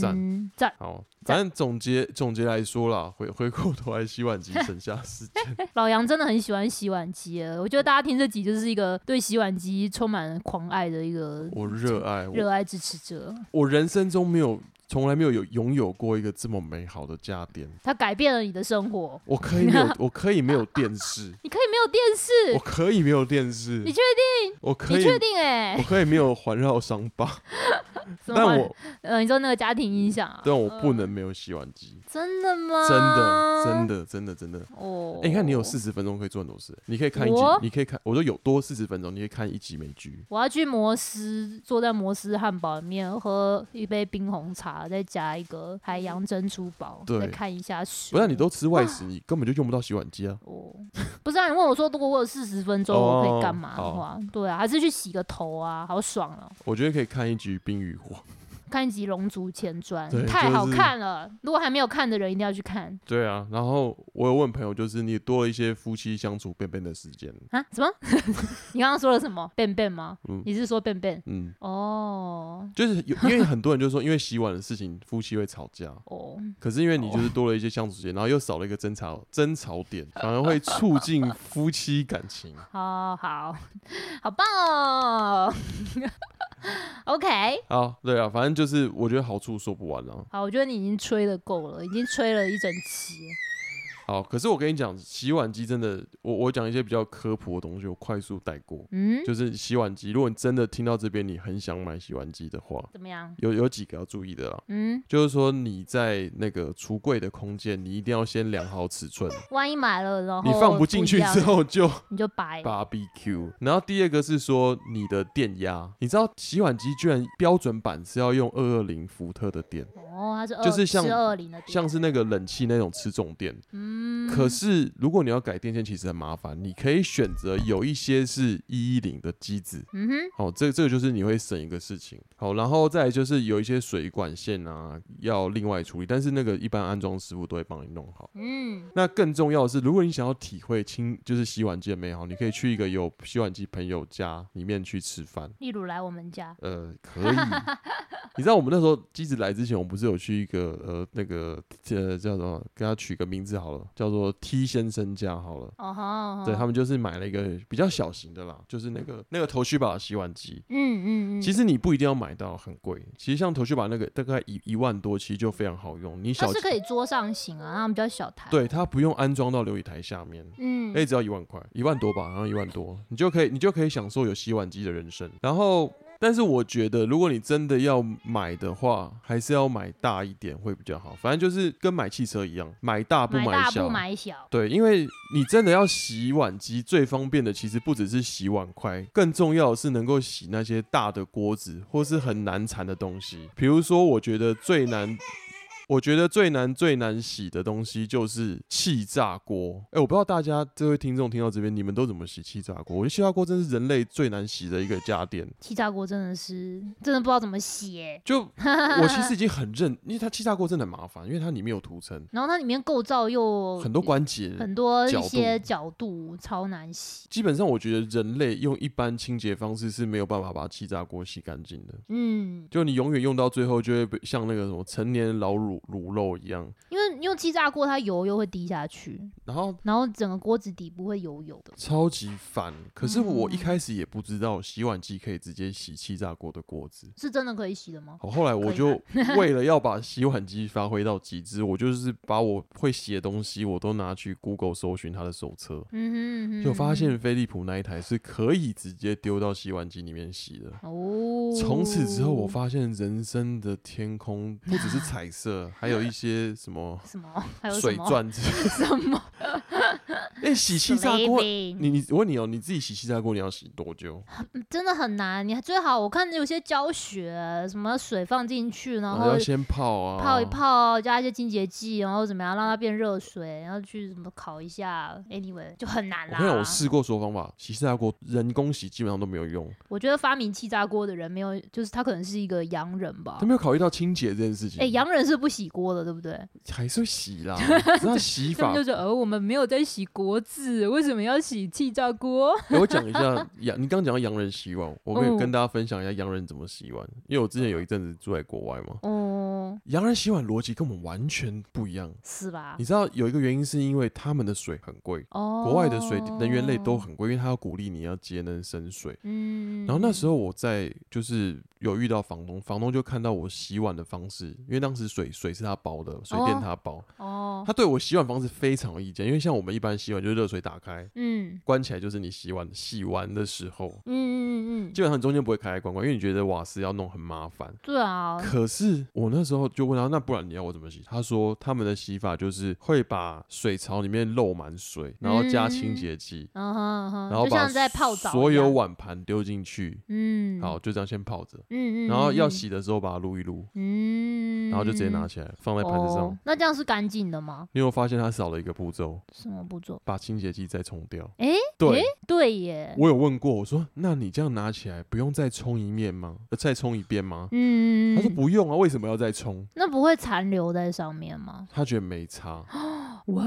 赞
嗯， 赞，
好，
这
反
样
正总结总结来说啦，回回过头来洗 碗机省下时间，
老杨真的很喜欢洗碗机耶，我觉得大家听这集就是一个对洗碗机充满狂爱的一个
我热爱我
热爱支持者，
我人生中没有从来没有有拥有过一个这么美好的家电，
它改变了你的生活。
我可以 没有我可以没有电视，
你可以没有电视
我，可以没有电视，
你确
定？我可
你
以
确定哎、
我可以没有环绕伤疤，
什么
但
玩
我
呃，你说那个家庭音响啊？
但我不能没有洗碗机，
真的吗？
真的真的真的真的。
啊哦。
哎、你看你有四，十分钟可以做很多事，你可以看一集
我，
你可以看，我说有多四十分钟，你可以看一集美剧。
我要去摩斯，坐在摩斯汉堡里面喝一杯冰红茶，再加一个海洋珍珠堡，
对
再看一下书。
不啊然你都吃外
啊
食，你根本就用不到洗碗机啊。
哦， 不是啊，你问我说，如果我有四十分钟，我可以干嘛的
哦
话，对啊，还是去洗个头啊，好爽啊！
我觉得可以看一局《冰与火》。
看一集《龙族前传
对》，
太
就
好
是
看了。如果还没有看的人，一定要去看
对啊，然后我有问朋友，就是你多了一些夫妻相处便便的时间。
啊！什么？ 你刚刚说了什么？便便吗？
嗯
你是说便便？
嗯，
哦
就是有，因为很多人就说，因为洗碗的事情夫妻会吵架，
哦，
可是因为你就是多了一些相处时间，然后又少了一个争吵争吵点，反而会促进夫妻感情。
好哦好好棒哦！OK，
啊，对啊，反正就是我觉得好处说不完啊。
好，我觉得你已经吹的够了，已经吹了一整期了。
好，可是我跟你讲，洗碗机真的，我我讲一些比较科普的东西，我快速带过。
嗯，
就是洗碗机，如果你真的听到这边，你很想买洗碗机的话，
怎么样？
有有几个要注意的啦。
嗯，
就是说你在那个橱柜的空间，你一定要先量好尺寸，
万一买了然后
你放不进
一
去
样
之后就
你就白
barbecue。然后第二个是说你的电压，你知道洗碗机居然标准版是要用二二零伏特的电，
哦，它是二
就是像
二零的电，
像是那个冷气那种吃重电。
嗯，
可是如果你要改电线，其实很麻烦，你可以选择有一些是一一零的机子。
嗯哼，
好，这这个就是你会省一个事情。好，然后再来就是有一些水管线啊，要另外处理，但是那个一般安装师傅都会帮你弄好。
嗯，
那更重要的是，如果你想要体会清就是洗碗机的美好，你可以去一个有洗碗机朋友家里面去吃饭。
例如来我们家，
呃，可以。你知道我们那时候机子来之前，我们不是有去一个呃那个呃叫什么，给他取个名字好了，叫做 T 先生家好了。
哦哈，
对他
们，
们就是买了一个比较小型的啦，就是那个那个头须把洗碗机。
嗯嗯嗯，
其实你不一定要买到很贵，其实像头须把那个大概一一万多，其实就非常好用。你
它
小
是可以桌上型啊，它们比较小台，，
对它不用安装到琉璃台下面，
嗯，
哎，只要一万块，一万多吧，好像一万多，你就可以，你就可以享受有洗碗机的人生。然后，但是我觉得，如果你真的要买的话，还是要买大一点会比较好。反正就是跟买汽车一样，买大不
买
买
大
小。啊
不买小，
对，因为你真的要洗碗机，最方便的其实不只是洗碗筷，更重要的是能够洗那些大的锅子或是很难缠的东西。比如说，我觉得最难。我觉得最难最难洗的东西就是气炸锅。哎，我不知道大家这位听众听到这边，你们都怎么洗气炸锅？我觉得气炸锅真是人类最难洗的一个家电。
气炸锅真的是真的不知道怎么写，
就我其实已经很认，因为它气炸锅真的很麻烦，因为它里面有涂层，
然后它里面构造又
很多关节，
很多
角
一
度
些角度超难洗，
基本上，我觉得人类用一般清洁方式是没有办法把气炸锅洗干净的。
嗯，
就你永远用到最后，就会被像那个什么成年老乳乳肉一样。
因为用气炸锅它油又会滴下去，
然后
然后整个锅子底部会油油的，
超级烦。可是我一
嗯
开始也不知道洗碗机可以直接洗气炸锅的锅子。
是真的可以洗的吗？
好，后来我
可以
就为了要把洗碗机发挥到极致，我就是把我会洗的东西，我都拿去 Google 搜寻它的手册，
嗯哼嗯哼，
就发
嗯
现飞利浦那一台是可以直接丢到洗碗机里面洗的。
哼哦，
从此之后，我发现人生的天空不 只是彩色，还有一些什么
什么 还有什
水
么
钻 之类的。
什么
哎，洗气炸锅，
Slaving
你你我问你哦，你自己洗气炸锅你要洗多久？
真的很难。你最好我看有些教学，什么水放进去，然后
哦要先泡啊，
泡一。泡，加一些清洁剂，然后怎么样让它变热水，然后去什么烤一下。Anyway，就很难
我
啦。
跟你讲，我试过所有方法，洗气炸锅人工洗基本上都没有用，
我觉得发明气炸锅的人没有，就是他可能是一个洋人吧
他。没有考虑到清洁这件事情。
哦哎、洋人是不洗锅的，对不对？
还是会 洗啦，只是洗
他
法
们就。觉得，呃，我们没有在洗锅子，为什么要洗气炸锅？
哎我讲一下洋，你刚刚讲到洋人洗碗，我跟
哦
你跟大家分享一下洋人怎么洗碗，因为我之前有一阵子住在国外嘛，
哦、
洋人洗碗逻辑跟我们完全不一样。
是吧
你？知道有一个原因是因为他们的水很贵，
啊哦，
国外的水能源类都，很贵，因为他要鼓励你要节能省水。
嗯。
然后那时
候，
候我在就是有遇到房东，房东就看到我洗碗的方式，因为当时水水是他包的，水电
哦
他包，
哦，
他对我洗碗方式非常有意见，因为像我们一般洗碗就是热水打开
嗯
关起来，就是你洗碗洗完的时候，
嗯嗯嗯嗯，
基本上你中间不会开开关关，因为你觉得瓦斯要弄很麻烦。
对啊，
可是我那时候就问他，那不然你要我怎么洗？他说他们的洗法就是会把水槽里面漏满水，然后加清洁剂，
嗯哼嗯哼，
然后
就
把
像在泡澡一样，
所有碗盘丢进去，
嗯，
好，就这样先泡着，
嗯，嗯嗯，
然后要
嗯，
洗的时候把它撸一撸，
嗯，
然后就直接拿起来放在盘子上
哦。。那这样是干净的吗？
你有没有发现它少了一个步骤，
什么步骤？
把清洁剂再冲掉。
诶
对
诶，对耶，
我有问过，我说那你这样拿起来不用再冲一面吗？呃，再冲一遍吗？
嗯，
他说不用啊，为什么要再冲？
那不会残留在上面吗？
他觉得没差，
哇，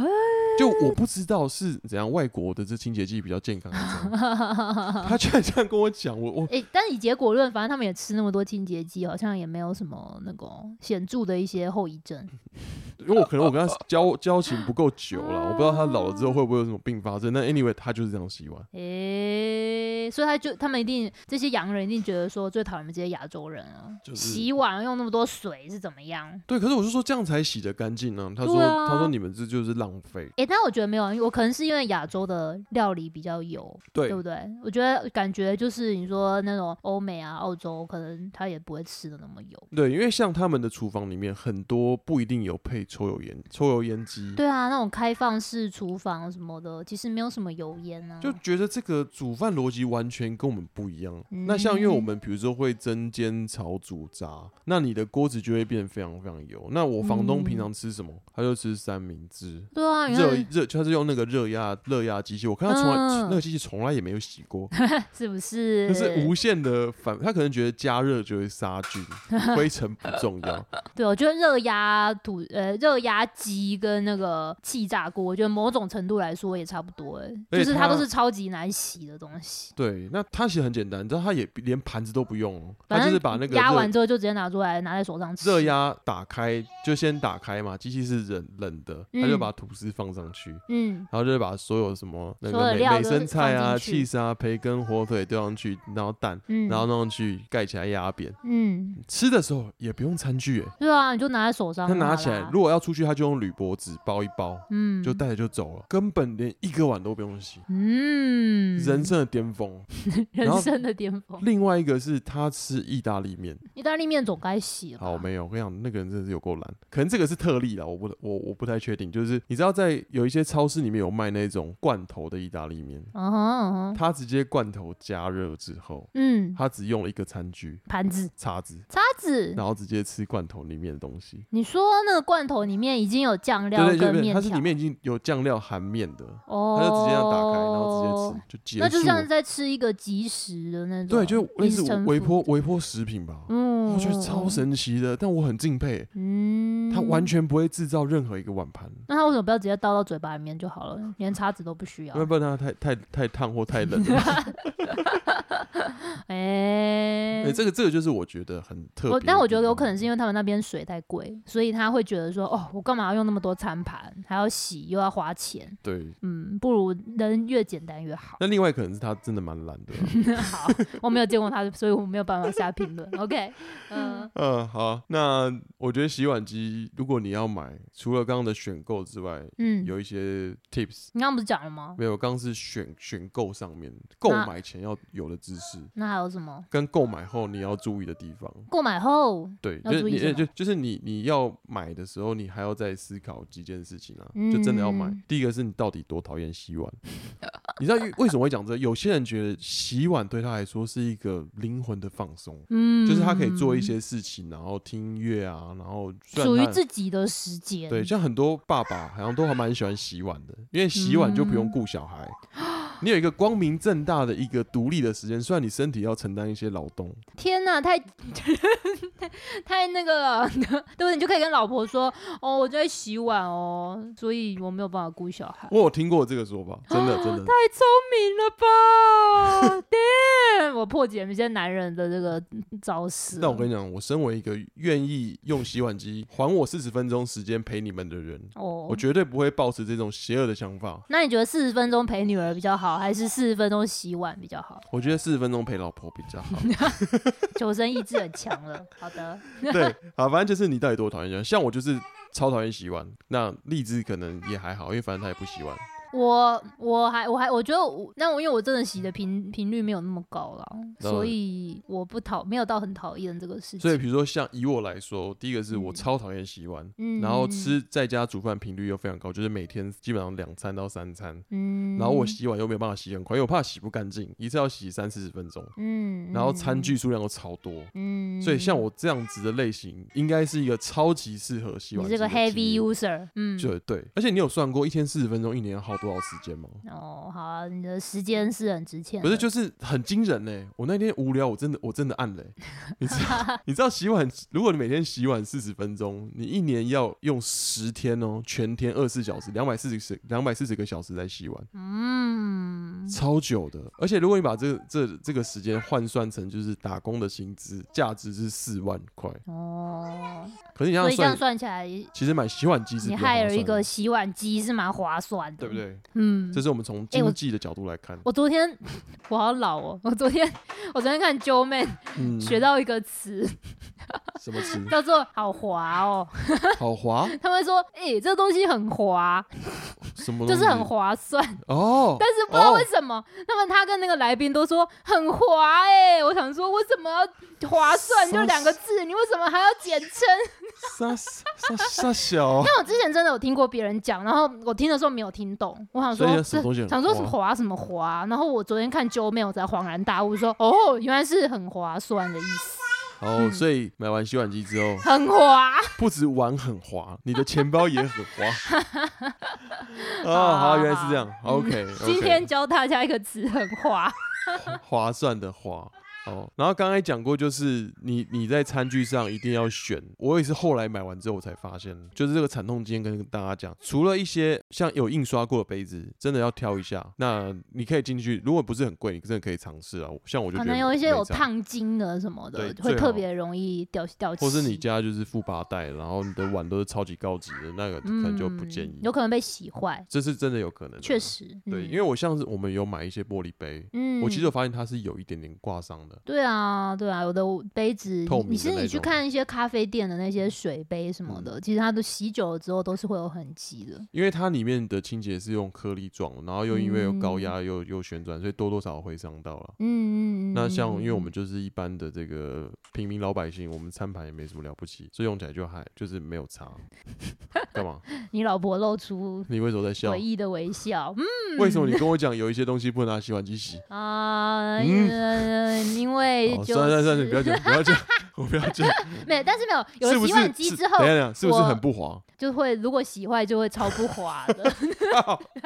就我不知道是怎样外国的这清洁剂比较健康还是怎样， 他居然这样跟我讲，我我
诶，但以结果论，反正他们也吃那么多清洁剂，好像也没有什么那种显著的一些后遗症。
嗯因为我可能我跟他交交情不够久了，我不知道他老了之后会不会有什么并发症。那 anyway，他就是这样洗碗，
诶，所以他就他们一定这些洋人一定觉得说最讨厌你们这些亚洲人啊，
就是
洗碗用那么多水是怎么样？
对，可是我就说这样才洗得干净呢。他说、
对啊
他说你们这就是浪费，
诶，但我觉得没有，我可能是因为亚洲的料理比较油，
对
对不对？我觉得感觉就是你说那种欧美啊、澳洲，可能他也不会吃的那么油。
对，因为像他们的厨房里面很多不一定有配抽油烟抽油烟机，
对啊，那种开放式厨房什么的，其实没有什么油烟啊。
就觉得这个煮饭逻辑完全跟我们不一样。
嗯
那像因为我们比如说会蒸、煎、炒、煮、炸，那你的
嗯
锅子就会变得非常非常油。那我房东平常吃什么？他就吃三明治、
对啊，你看
热
是
热，它是用那个热压热压机器，我看它从来、
嗯
那个机器从来也没有洗 过，
是不是？
就是无限的反，他可能觉得加热就会杀菌， 灰尘不重要。
对，我觉得热压土呃热压机跟那个气炸锅，我觉得某种程度来说也差不多、欸，
而
就
且
是它
它
都是超级难洗的东西。
对，那它其实很简单，你知道它也连盘子都不用哦，它
反
就
正
是把那个
压
热
完之后就直接拿出来拿在手上吃。
热压打开，就先打开嘛，机器是冷冷的，它就把吐司放上去。
嗯，
然后就是把所有什么那
所有
个美
料
美
都
生菜啊、
放进去
cheese 啊、培根、火腿丢上去，然后蛋，
嗯
然后弄上去盖起来压扁。
嗯，
吃的时候也不用餐具、欸，
对啊，你就拿在手上
他
就好啦。
拿起来，如果要出去，他就用铝箔纸包一包，
嗯，
就带着就走了，根本连一个碗都不用洗，
嗯，
人生的巅峰。然
人
后
生的巅峰。
另外一个是他吃意大利面，
意大利面总该洗了吧。
好，没有，我跟你讲，那个人真的是有够懒，可能这个是特例啦，我不我我不太确定，就是你知道在有一些超市里面有卖那种罐头的意大利面，
嗯哼嗯哼，
他直接罐头加热之后，
嗯，
他只用了一个餐具
盘子、
叉子，
叉子。
然后直接吃罐头里面的东西。
你说那个罐头里面已经有酱料
对对
跟
对对，
面
它
条，
是里面已经有酱料含面的，
哦，
他就直接要打开，然后直接吃，就结束。
那就像在吃一个即食的那种，
对，就类似
成
微波微波食品吧，
嗯，
我觉得超，神奇的，但我很敬佩，
嗯，
他完。全不会制造任何一个碗盘，
那他为什么不要直接倒到嘴巴里面就好了？连叉子都不需要
因。为不然它太太太烫或 太冷了。
哎、
哎，这个这个就是我觉得很特别
我
的地方，
但我觉得有可能是因为他们那边水太贵，所以他会觉得说，哦，我干嘛要用那么多餐盘，还要洗又要花钱，
对。
嗯，不如能越简单越好。
那另外可能是他真的蛮懒 的啊。
好，我没有见过他，所以我没有办法下评 论。OK，嗯、
嗯，好，那我觉得洗碗机如果你要买，除了刚刚的选购之外，
嗯，
有一些 tips。
你刚刚不是讲了吗？
没有，刚刚是选选购上面购
那
买前要有的知识。
那还有什么？
跟购买后你要注意的地方。
购买后，
对，
要
就是
注意
你
什么
就就是你你要买的时候，你还要再思考几件事情啊，
嗯
就真的要买。第一个是你到底多讨厌洗碗？你知道为什么会讲这个有些人觉得洗碗对他来说是一个灵魂的放松，
嗯，
就是他可以做一些事情，然后听音乐啊，然后虽然
属于
他
自己的时间。
对，像很多爸爸好像都还蛮喜欢洗碗的，因为洗碗就不
嗯
用顾小孩。你有一个光明正大的一个独立的时间，虽然你身体要承担一些劳动，
天哪，太 太那个了， 对，你就可以跟老婆说，哦，我在洗碗哦，所以我没有办法顾小孩。
我有听过这个说法，真的真的。
太聪明了 吧！Damn，我破解了一些男人的这个招式了。
但我跟你讲，我身为一个愿意用洗碗机还我四十分钟时间陪你们的人，
哦
我，绝对不会抱持这种邪恶的想法。
那你觉得四十分钟陪女儿比较好，还是四十分钟洗碗比较好？
我觉得四十分钟陪老婆比 较好。
求生意志很强了。好的，
对，好，反正就是你到底多讨厌洗碗，像我就是超讨厌洗碗。那荔枝可能也还好，因为反正他也不洗碗。
嗯我我还我还我觉得我那我因为我真的洗的频频率没有那么高了，
然后
所以我不讨没有到很讨厌这个事情。
所以比如说像以我来说，第一个是我
嗯
超讨厌洗碗，
嗯
然后，吃在家煮饭频率又非常高，就是每天基本上两餐到三餐。
嗯，
然后我洗碗又没有办法洗很快，因为我怕洗不干净，一次要洗三四十分钟。
嗯，嗯，
然后餐具数量又超多，
嗯，嗯，
所以像我这样子的类型，应该是一个超级适合洗
你
碗
这
机
个
的
heavy
机率。
user，嗯，
就对，而且你有算过一天四十分钟，一年要耗多少时间吗？
哦，好啊、你的时间是很值钱的，
不是，就是很惊人呢、我那天无聊，我真的我真的按了欸、你知 道你知道洗碗，如果你每天洗碗四十分钟，你一年要用十天哦、全天二十四小时，两百四十两百四十个小时在洗碗，
嗯，
超久的。而且如果你把这个这这个时间换算成就是打工的薪资，价值是四万块。
哦，
可是你这
所
样
以这
算
样算起来，
其实买洗碗机是
你
比较划
害
算
了
的
一个，洗碗机是蛮划算的，
对不？对？
嗯
这，是我们从
哎我
经济的角度来看，
我昨天我好老哦，我昨天我昨天看 Joe Man
嗯，
学到一个词，？
什么词
叫做好滑哦。
好滑，
他们说，哎、这个东西很滑，
什么
就是很
东西
划算，
哦。
但是不知道
嗯哦
为什么，那么他跟那个来宾都说很滑哎、我想说为什么要划算
什么
就两个字，你为什么还要简称？
傻傻傻小，
但我之前真的有听过别人讲，然后我听的时候没有听懂，我想说
所以
这
什么东西很
想说什么
滑
滑啊什么滑，然后我昨天看 Joe 妹，我才恍然大悟说，哦，原来是很划算的意思。
然后所以买完洗碗机之 后，
很滑。
不止碗很滑，你的钱包也很 滑。哦，好，原来是这样。OK，
今天教大家一个词，很滑。
划算的划。哦，然后刚才讲过，就是你你在餐具上一定要选。我也是后来买完之后我才发现，就是这个惨痛经验跟大家讲，除了一些像有印刷过的杯子，真的要挑一下。那你可以进去，如果不是很贵，你真的可以尝试啊。像我就觉
可
得
能有一些有
没差
烫金的什么的
对，
会
最
特
好
别容易掉掉漆。
或是你家就是富八代，然后你的碗都是超级高级的，那个可能就不建议
嗯，。有可能被洗坏，
这是真的有可能的，啊
确实。
对，
嗯
因为我像是我们有买一些玻璃杯，
嗯，
我其实我发现它是有一点点挂伤的。
对啊，对啊，有的杯子，
透
你
明
你
的
其实你
那
去
种嗯
看一些咖啡店的那些水杯什么的，其实它都洗久了之后都是会有痕迹的。
因为它里面的清洁是用颗粒状，然后又因为有高
嗯
压又又旋转，所以多多少少会伤到了。
嗯嗯嗯。
那像因为我
嗯
们就是一般的这个平民老百姓，我们餐盘也没什么了不起，所以用起来就还就是没有差。 干嘛？
嗯你老婆露出
你为什么在笑
诡？异的微笑，嗯
为什么你跟我讲有一些东西不能拿洗碗机洗？
啊、
嗯
呃因为
哦，
就
算了算了，你不要
是
讲，不要讲，我不要讲。
没有，但是没 有有
是
了
不
洗
是
碗机
是
之后
等一下，等一下是不是
我
很不滑？
就会如果洗坏就会超不滑的。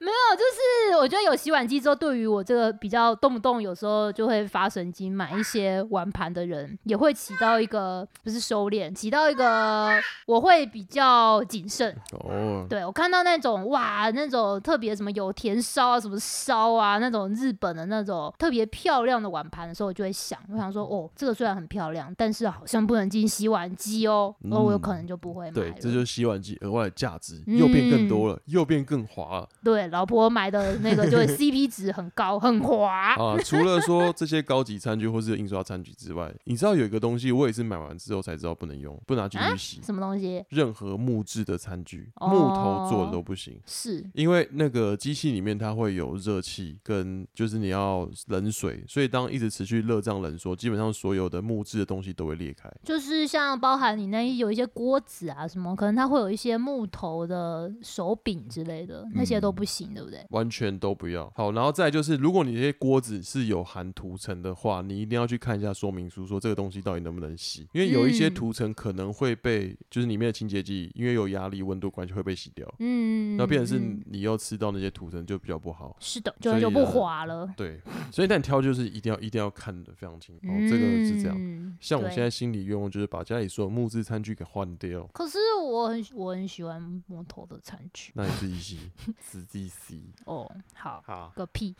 没有，就是我觉得有洗碗机之后，对于我这个比较动不动有时候就会发神经买一些碗盘的人，也会起到一个不是收敛，起到一个我会比较谨慎。
哦，
对我看到那种哇，那种特别什么有甜烧啊，什么烧啊，那种日本的那种特别漂亮的碗盘的时候，我就会想，我想说，哦，这个虽然很漂亮，但是好像不能进洗碗机哦，哦，我有可
嗯
能就不会买
对
了。，嗯
这就是洗碗机额外的价值，又变更多了，又变更滑了。
对，老婆买的那个就 会 CP 值很高，很滑。
啊，除了说这些高级餐具或是印刷餐具之外，你知道有一个东西，我也是买完之后才知道不能用，不拿进去洗。
什么东西？
任何木质的餐具，
哦
木头做的都不行，
是，
因为那个机器里面它会有热气跟就是你要冷水，所以当一直持续热胀冷缩，基本上所有的木质的东西都会裂开。
就是像包含你那有一些锅子啊什么，可能它会有一些木头的手柄之类的，那些都
嗯
不行，对不对？
完全都不要。好，然后再来就是，如果你这些锅子是有含涂层的话，你一定要去看一下说明书，说这个东西到底能不能洗，因为有一些
嗯
涂层可能会被，就是里面的清洁剂，因为有压力、温度关系会被洗掉，
嗯，
那变成是
嗯
你又吃到那些涂层就比较不好。
是的，就
所以啊哦
就不
呢
滑了。
对，所以但挑就是一定要一定要看的非常清楚、哦，这个是这样。
样
像我现在。心里愿望就是把家里所有木质餐具给换掉，
可是我很我很喜欢木头的餐具
那也是一 洗，死地洗。
哦，好
好，
个屁！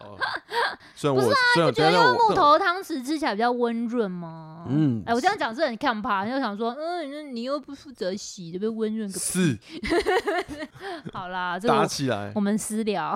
哦， 虽然我虽然
啊觉得用木
但我
头汤匙吃起来比较温润吗？
嗯
哎、我这样讲是很看怕，就想说，嗯，那你又不负责洗，就被温润个
是
好啦，这个
打
我
起来
我。们私聊。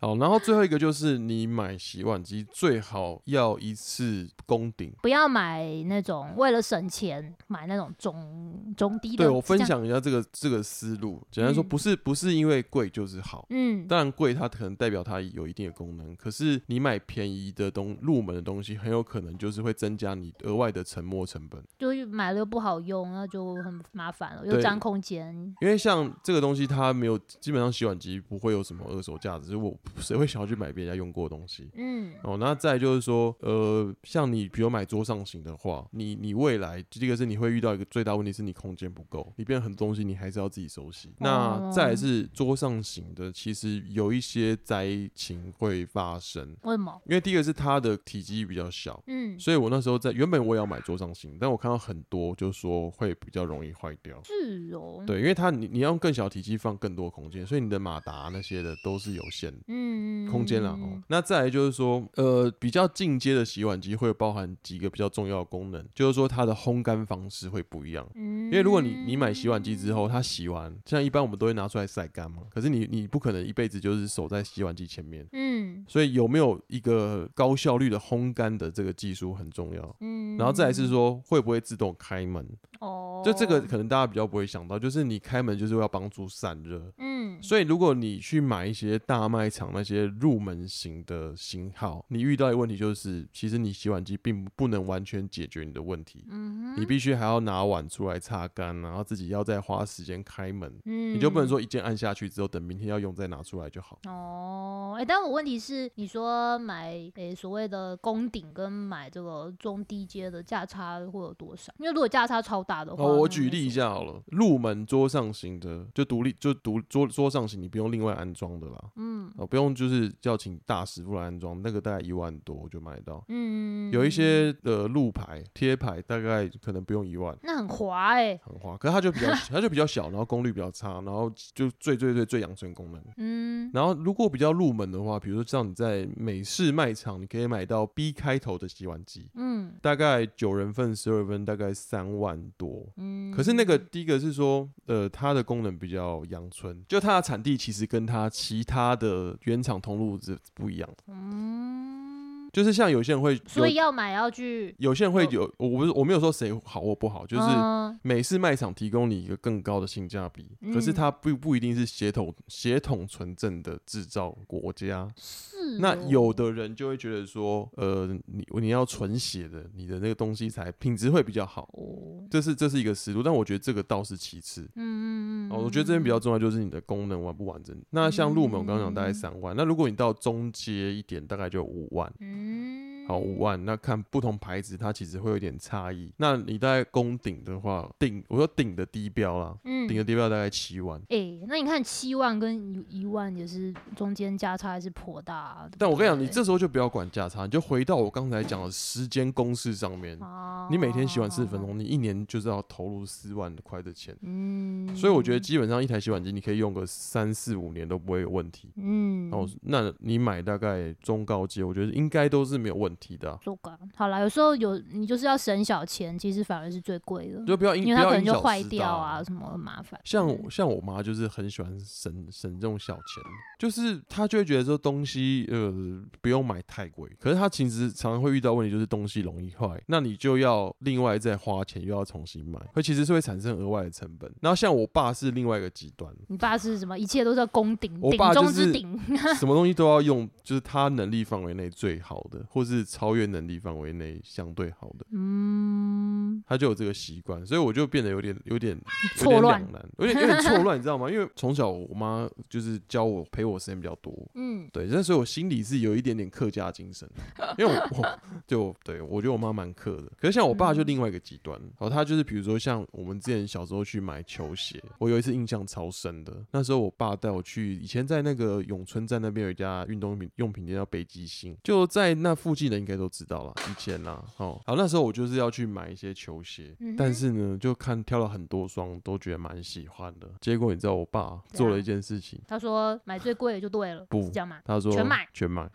好，然后最后一个就是你买洗碗机最好要一次攻顶。
不要买那种为了省钱买那种中中低的。
对我分
是这样，
享一下这个这个思路，简单说，
嗯
不是不是因为贵就是好。
嗯，
当然贵，它可能代表它有一定的功能，可是你买便宜的东入门的东西，很有可能就是会增加你额外的沉没成本。
就是买了又不好用，那就很麻烦了，又
对
占空间。
因为像这个东西，它没有基本上洗碗机不会有什么二手价值，就是我谁会想要去买别人家用过的东西？
嗯，
哦，那再就是说，呃，像你比如买桌上型的话，你你未来第一个是你会遇到一个最大问题是你空间不够，里边很多东西你还是要自己熟悉。那再来是桌上型的，其实有一些灾情会发生，
为什么？
因为第一个是它的体积比较小。
嗯，
所以我那时候在原本我也要买桌上型，但我看到很多就说会比较容易坏掉，
是哦。
对，因为它你你要用更小体积放更多空间，所以你的马达那些的都是有限的。
嗯，嗯
空间啦、哦。那再来就是说，呃，比较进阶的洗碗机会包含几个比较重要的功能，就是说它的烘干方式会不一样。
嗯，
因为如果你你买洗碗机之后，它洗完，像一般我们都会拿出来晒干嘛，可是你你不可能一辈子就是守在洗碗机前面，
嗯
所以有没有一个高效率的烘干的这个技术很重要。
嗯，
然后再来是说会不会自动开门，
哦，哦，
就这个，可能大家比较不会想到，就是你开门就是要帮助散热，
嗯，
所以如果你去买一些大卖场那些入门型的型号，你遇到的问题就是，其实你洗碗机并不能完全解决你的问题，
嗯
你必须还要拿碗出来擦干，然后自己要再花时间开门，
嗯，
你就不能说一键按下去之后等明天要用再拿出来就好。
哦，哎、但我问题是，你说买诶、所谓的攻顶跟买这个中低阶的价差会有多少？因为如果价差超大的话，
哦，我
那
举
没
例一
什么，
下好了，入门桌上型的就独立就独桌桌上型，你不用另外安装的啦，
嗯
哦，不用就是要请大师傅来安装，那个大概一万多就买得到。
嗯，
有一些的路牌贴牌大概可能不用一万，
那很滑哎、
很花，可是它就 比较它就比较小，然后功率比较差，然后就最最最最养成功能。
嗯
然后如果比较入门的话，比如说像你在美式卖场，你可以买到 B 开头的洗碗机，
嗯
大概九人份、十二分，大概三万多。
嗯，
可是那个第一个是说，呃，它的功能比较阳春，就它的产地其实跟它其他的原厂通路是不一样，
嗯，
就是像有些人会有，
所以要买要去，
有些人会
就
有，我不是我没有说谁好或不好，就是
嗯
美式卖场提供你一个更高的性价比，可是
嗯
它不不一定是血统血统纯正的制造国家。
是
那
哦
有的人就会觉得说，呃，你你要纯血的，你的那个东西才品质会比较好，
哦，
这是这是一个思路，但我觉得这个倒是其次。
嗯嗯嗯，
哦，我觉得这边比较重要就是你的功能完不完整。那像入门我刚刚讲大概
嗯
三万，那如果你到中阶一点，大概就五万。
嗯，
好，五万，那看不同牌子，它其实会有点差异。那你大概攻顶的话，顶我说顶的低标啦，
嗯
顶的低标大概七万。
哎、那你看七万跟一一万也是中间价差还是颇大、啊。对不
但我跟你讲，
对
你这时候就不要管价差，你就回到我刚才讲的时间公式上面。
哦
你每天洗碗四十分，钟，你一年就是要投入四万块的钱。
嗯，
所以我觉得基本上一台洗碗机你可以用个三四五年都不会有问题。
嗯，
哦，那你买大概中高阶，我觉得应该都是没有问题的啊、
做感好啦，有时候有你就是要省小钱，其实反而是最贵的，
就不要
因
因不
为它可
要
能
因
就
小
坏
失
掉
大
啊，什么很麻烦。
像
嗯
我像我妈就是很喜欢省省这种小钱，就是她就会觉得说东西呃不用买太贵，可是她其实常常会遇到问题，就是东西容易坏，那你就要另外再花钱，又要重新买，它其实是会产生额外的成本。然后像我爸是另外一个极端，
你爸是什么？一切都是要攻顶，
我
顶
爸就
中之
是
顶。
什么东西都要用，就是他能力范围内最好的，或是超越能力范围内相对好的，
嗯，
他就有这个习惯，所以我就变得有点有点有
错
点
乱
两难，有点有点错乱，你知道吗？因为从小我妈就是教我陪我时间比较多，
嗯，
对，那所以我心里是有一点点客家精神，啊因为我我就对我觉得我妈蛮客的，可是像我
嗯
爸就另外一个极端，然后他就是比如说像我们之前小时候去买球鞋，我有一次印象超深的，那时候我爸带我去，以前在那个永春站那边有一家运动用品用品店叫北极星，就在那附近的应该都知道了，以前啦，哦，好那时候我就是要去买一些球鞋，
嗯哼
但是呢就看挑了很多双，都觉得蛮喜欢的，结果你知道我爸做了一件事情，
他说买最贵的就对了，
不
是这样吗？
他说
全买
全买。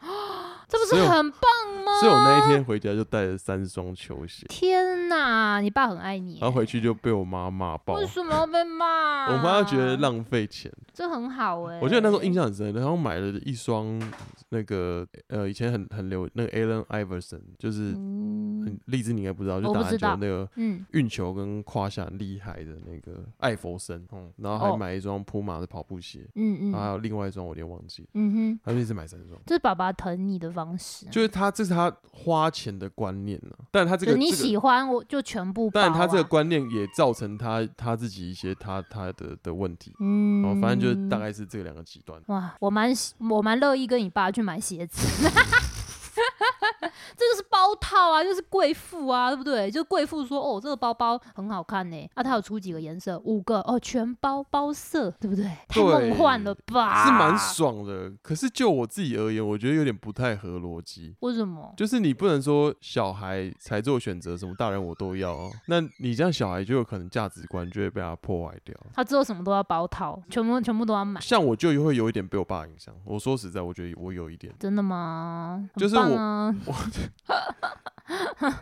这不
所以
是
我
很棒吗？
所以我那一天回家就带着三双球鞋，
天哪，你爸很爱你耶。欸
然后回去就被我妈骂爆。
为
我
什么要被骂？啊
妈觉得浪费钱，
这很好哎、
我记得那时候印象很深，然后买了一双那个呃以前很很流那个 Allen Iverson，就是
嗯
很励志你应该不知道，
我
就
不
打篮
知
球
道
那个
嗯
运球跟胯下很厉害的那个艾弗森，嗯，然后
哦
还买一双普马的跑步鞋，
嗯
然后还
嗯
有另外一双我有点忘记了，
嗯哼，
他就一直买三双。
这是爸爸疼你的方式啊，
就是他，这是他花钱的观念呢、啊，但他这
就
个
是你
这个
喜欢我就全部包啊、
但他这个观念也造成他他自己一些他他的的问题，
嗯，
然后哦反正就是大概是这两个极端。
哇，我蛮喜我蛮乐意跟你爸去买鞋子。 这就是包套啊，就是贵妇啊，对不对？就贵妇说哦，这个包包很好看呢、啊，它有出几个颜色？五个哦，全包包色，对不对？太
对
梦幻了吧？
是蛮爽的，可是就我自己而言，我觉得有点不太合逻辑。
为什么？
就是你不能说小孩才做选择，什么大人我都要、哦，那你这样小孩就有可能价值观就会被他破坏掉。
他之后什么都要包套，全部全部都要买，
像我就会有一点被我爸影响。我说实在，我觉得我有一点，
真的吗？很
就是
棒
我
啊、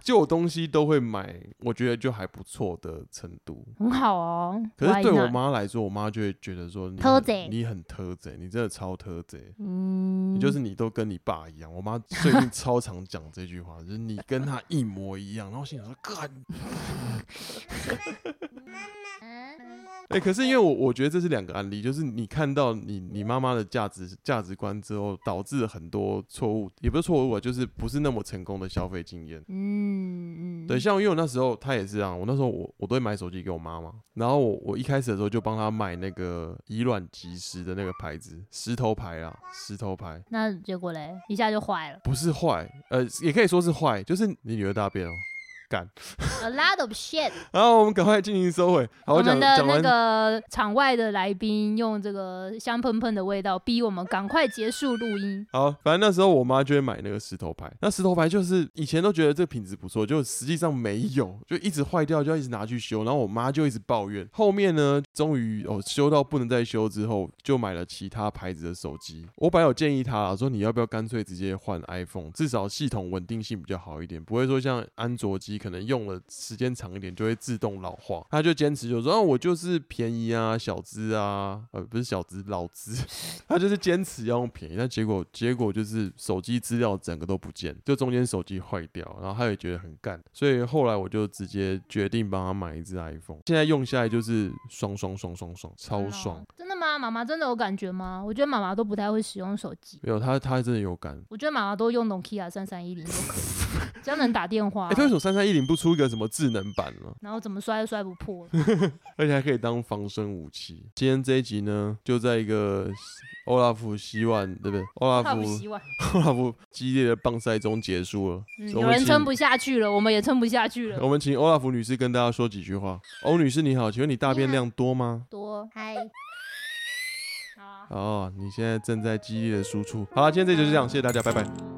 就我东西都会买，我觉得就还不错的程度。
很好哦。
可是
why
对我
not？
妈来说，我妈就会觉得说你
偷
很
贼
你很偷贼，你真的超偷贼。
嗯，
你就是你都跟你爸一样，我妈最近超常讲这句话，就是你跟他一模一样，然后我心想说，干，
嗯
哎、可是因为我我觉得这是两个案例，就是你看到你你妈妈的价值价值观之后，导致了很多错误，也不是错误啊，就是不是那么成功的消费经验。
嗯嗯，
对，像因为我那时候她也是啊，我那时候我我都会买手机给我妈妈，然后我我一开始的时候就帮她买那个以卵击石的那个牌子，石头牌啊，石头牌。
那结果嘞，一下就坏了
不是坏，呃，也可以说是坏，就是你女儿大便哦。
A lot of shit。
然后我们赶快进行收尾，好，
我
讲
们的
讲
那
完
个场外的来宾用这个香喷喷的味道逼我们赶快结束录音。
好，反正那时候我妈就会买那个石头牌，那石头牌就是以前都觉得这个品质不错，就实际上没有，就一直坏掉，就要一直拿去修，然后我妈就一直抱怨。后面呢，终于哦修到不能再修之后，就买了其他牌子的手机。我本来有建议她啦，说你要不要干脆直接换 iPhone，至少系统稳定性比较好一点，不会说像安卓机可能用了时间长一点就会自动老化。她就坚持就说，啊、我就是便宜啊，小资啊，呃不是小资，老资。他就是坚持要用便宜，但结果结果就是手机资料整个都不见，就中间手机坏掉，然后他也觉得很干，所以后来我就直接决定帮他买一只 iPhone，现在用下来就是爽爽爽爽爽，超爽。
真的哦吗？妈妈真的有感觉吗？我觉得妈妈都不太会使用手机，
没有他，他真的有感。
我觉得妈妈都用 Nokia 三三一零就可以，只要能打电话
哎、，他为什么三三一零不出一个什么智能版呢、
然后怎么摔都摔不破。
而且还可以当防身武器。今天这一集呢，就在一个欧拉夫希望，对不对？欧拉
靠不
夫
洗碗，
欧拉夫激烈的棒赛中结束了。
嗯有
我们
人
请
撑不下去了，我们也撑不下去 了。
我们请欧拉芙女士跟大家说几句话。欧女士你好，请问你大便
你好
量多吗？
多
嗨，
啊。
哦，你现在正在激烈的输出。好了，今天这集就这样，谢谢大家，拜拜。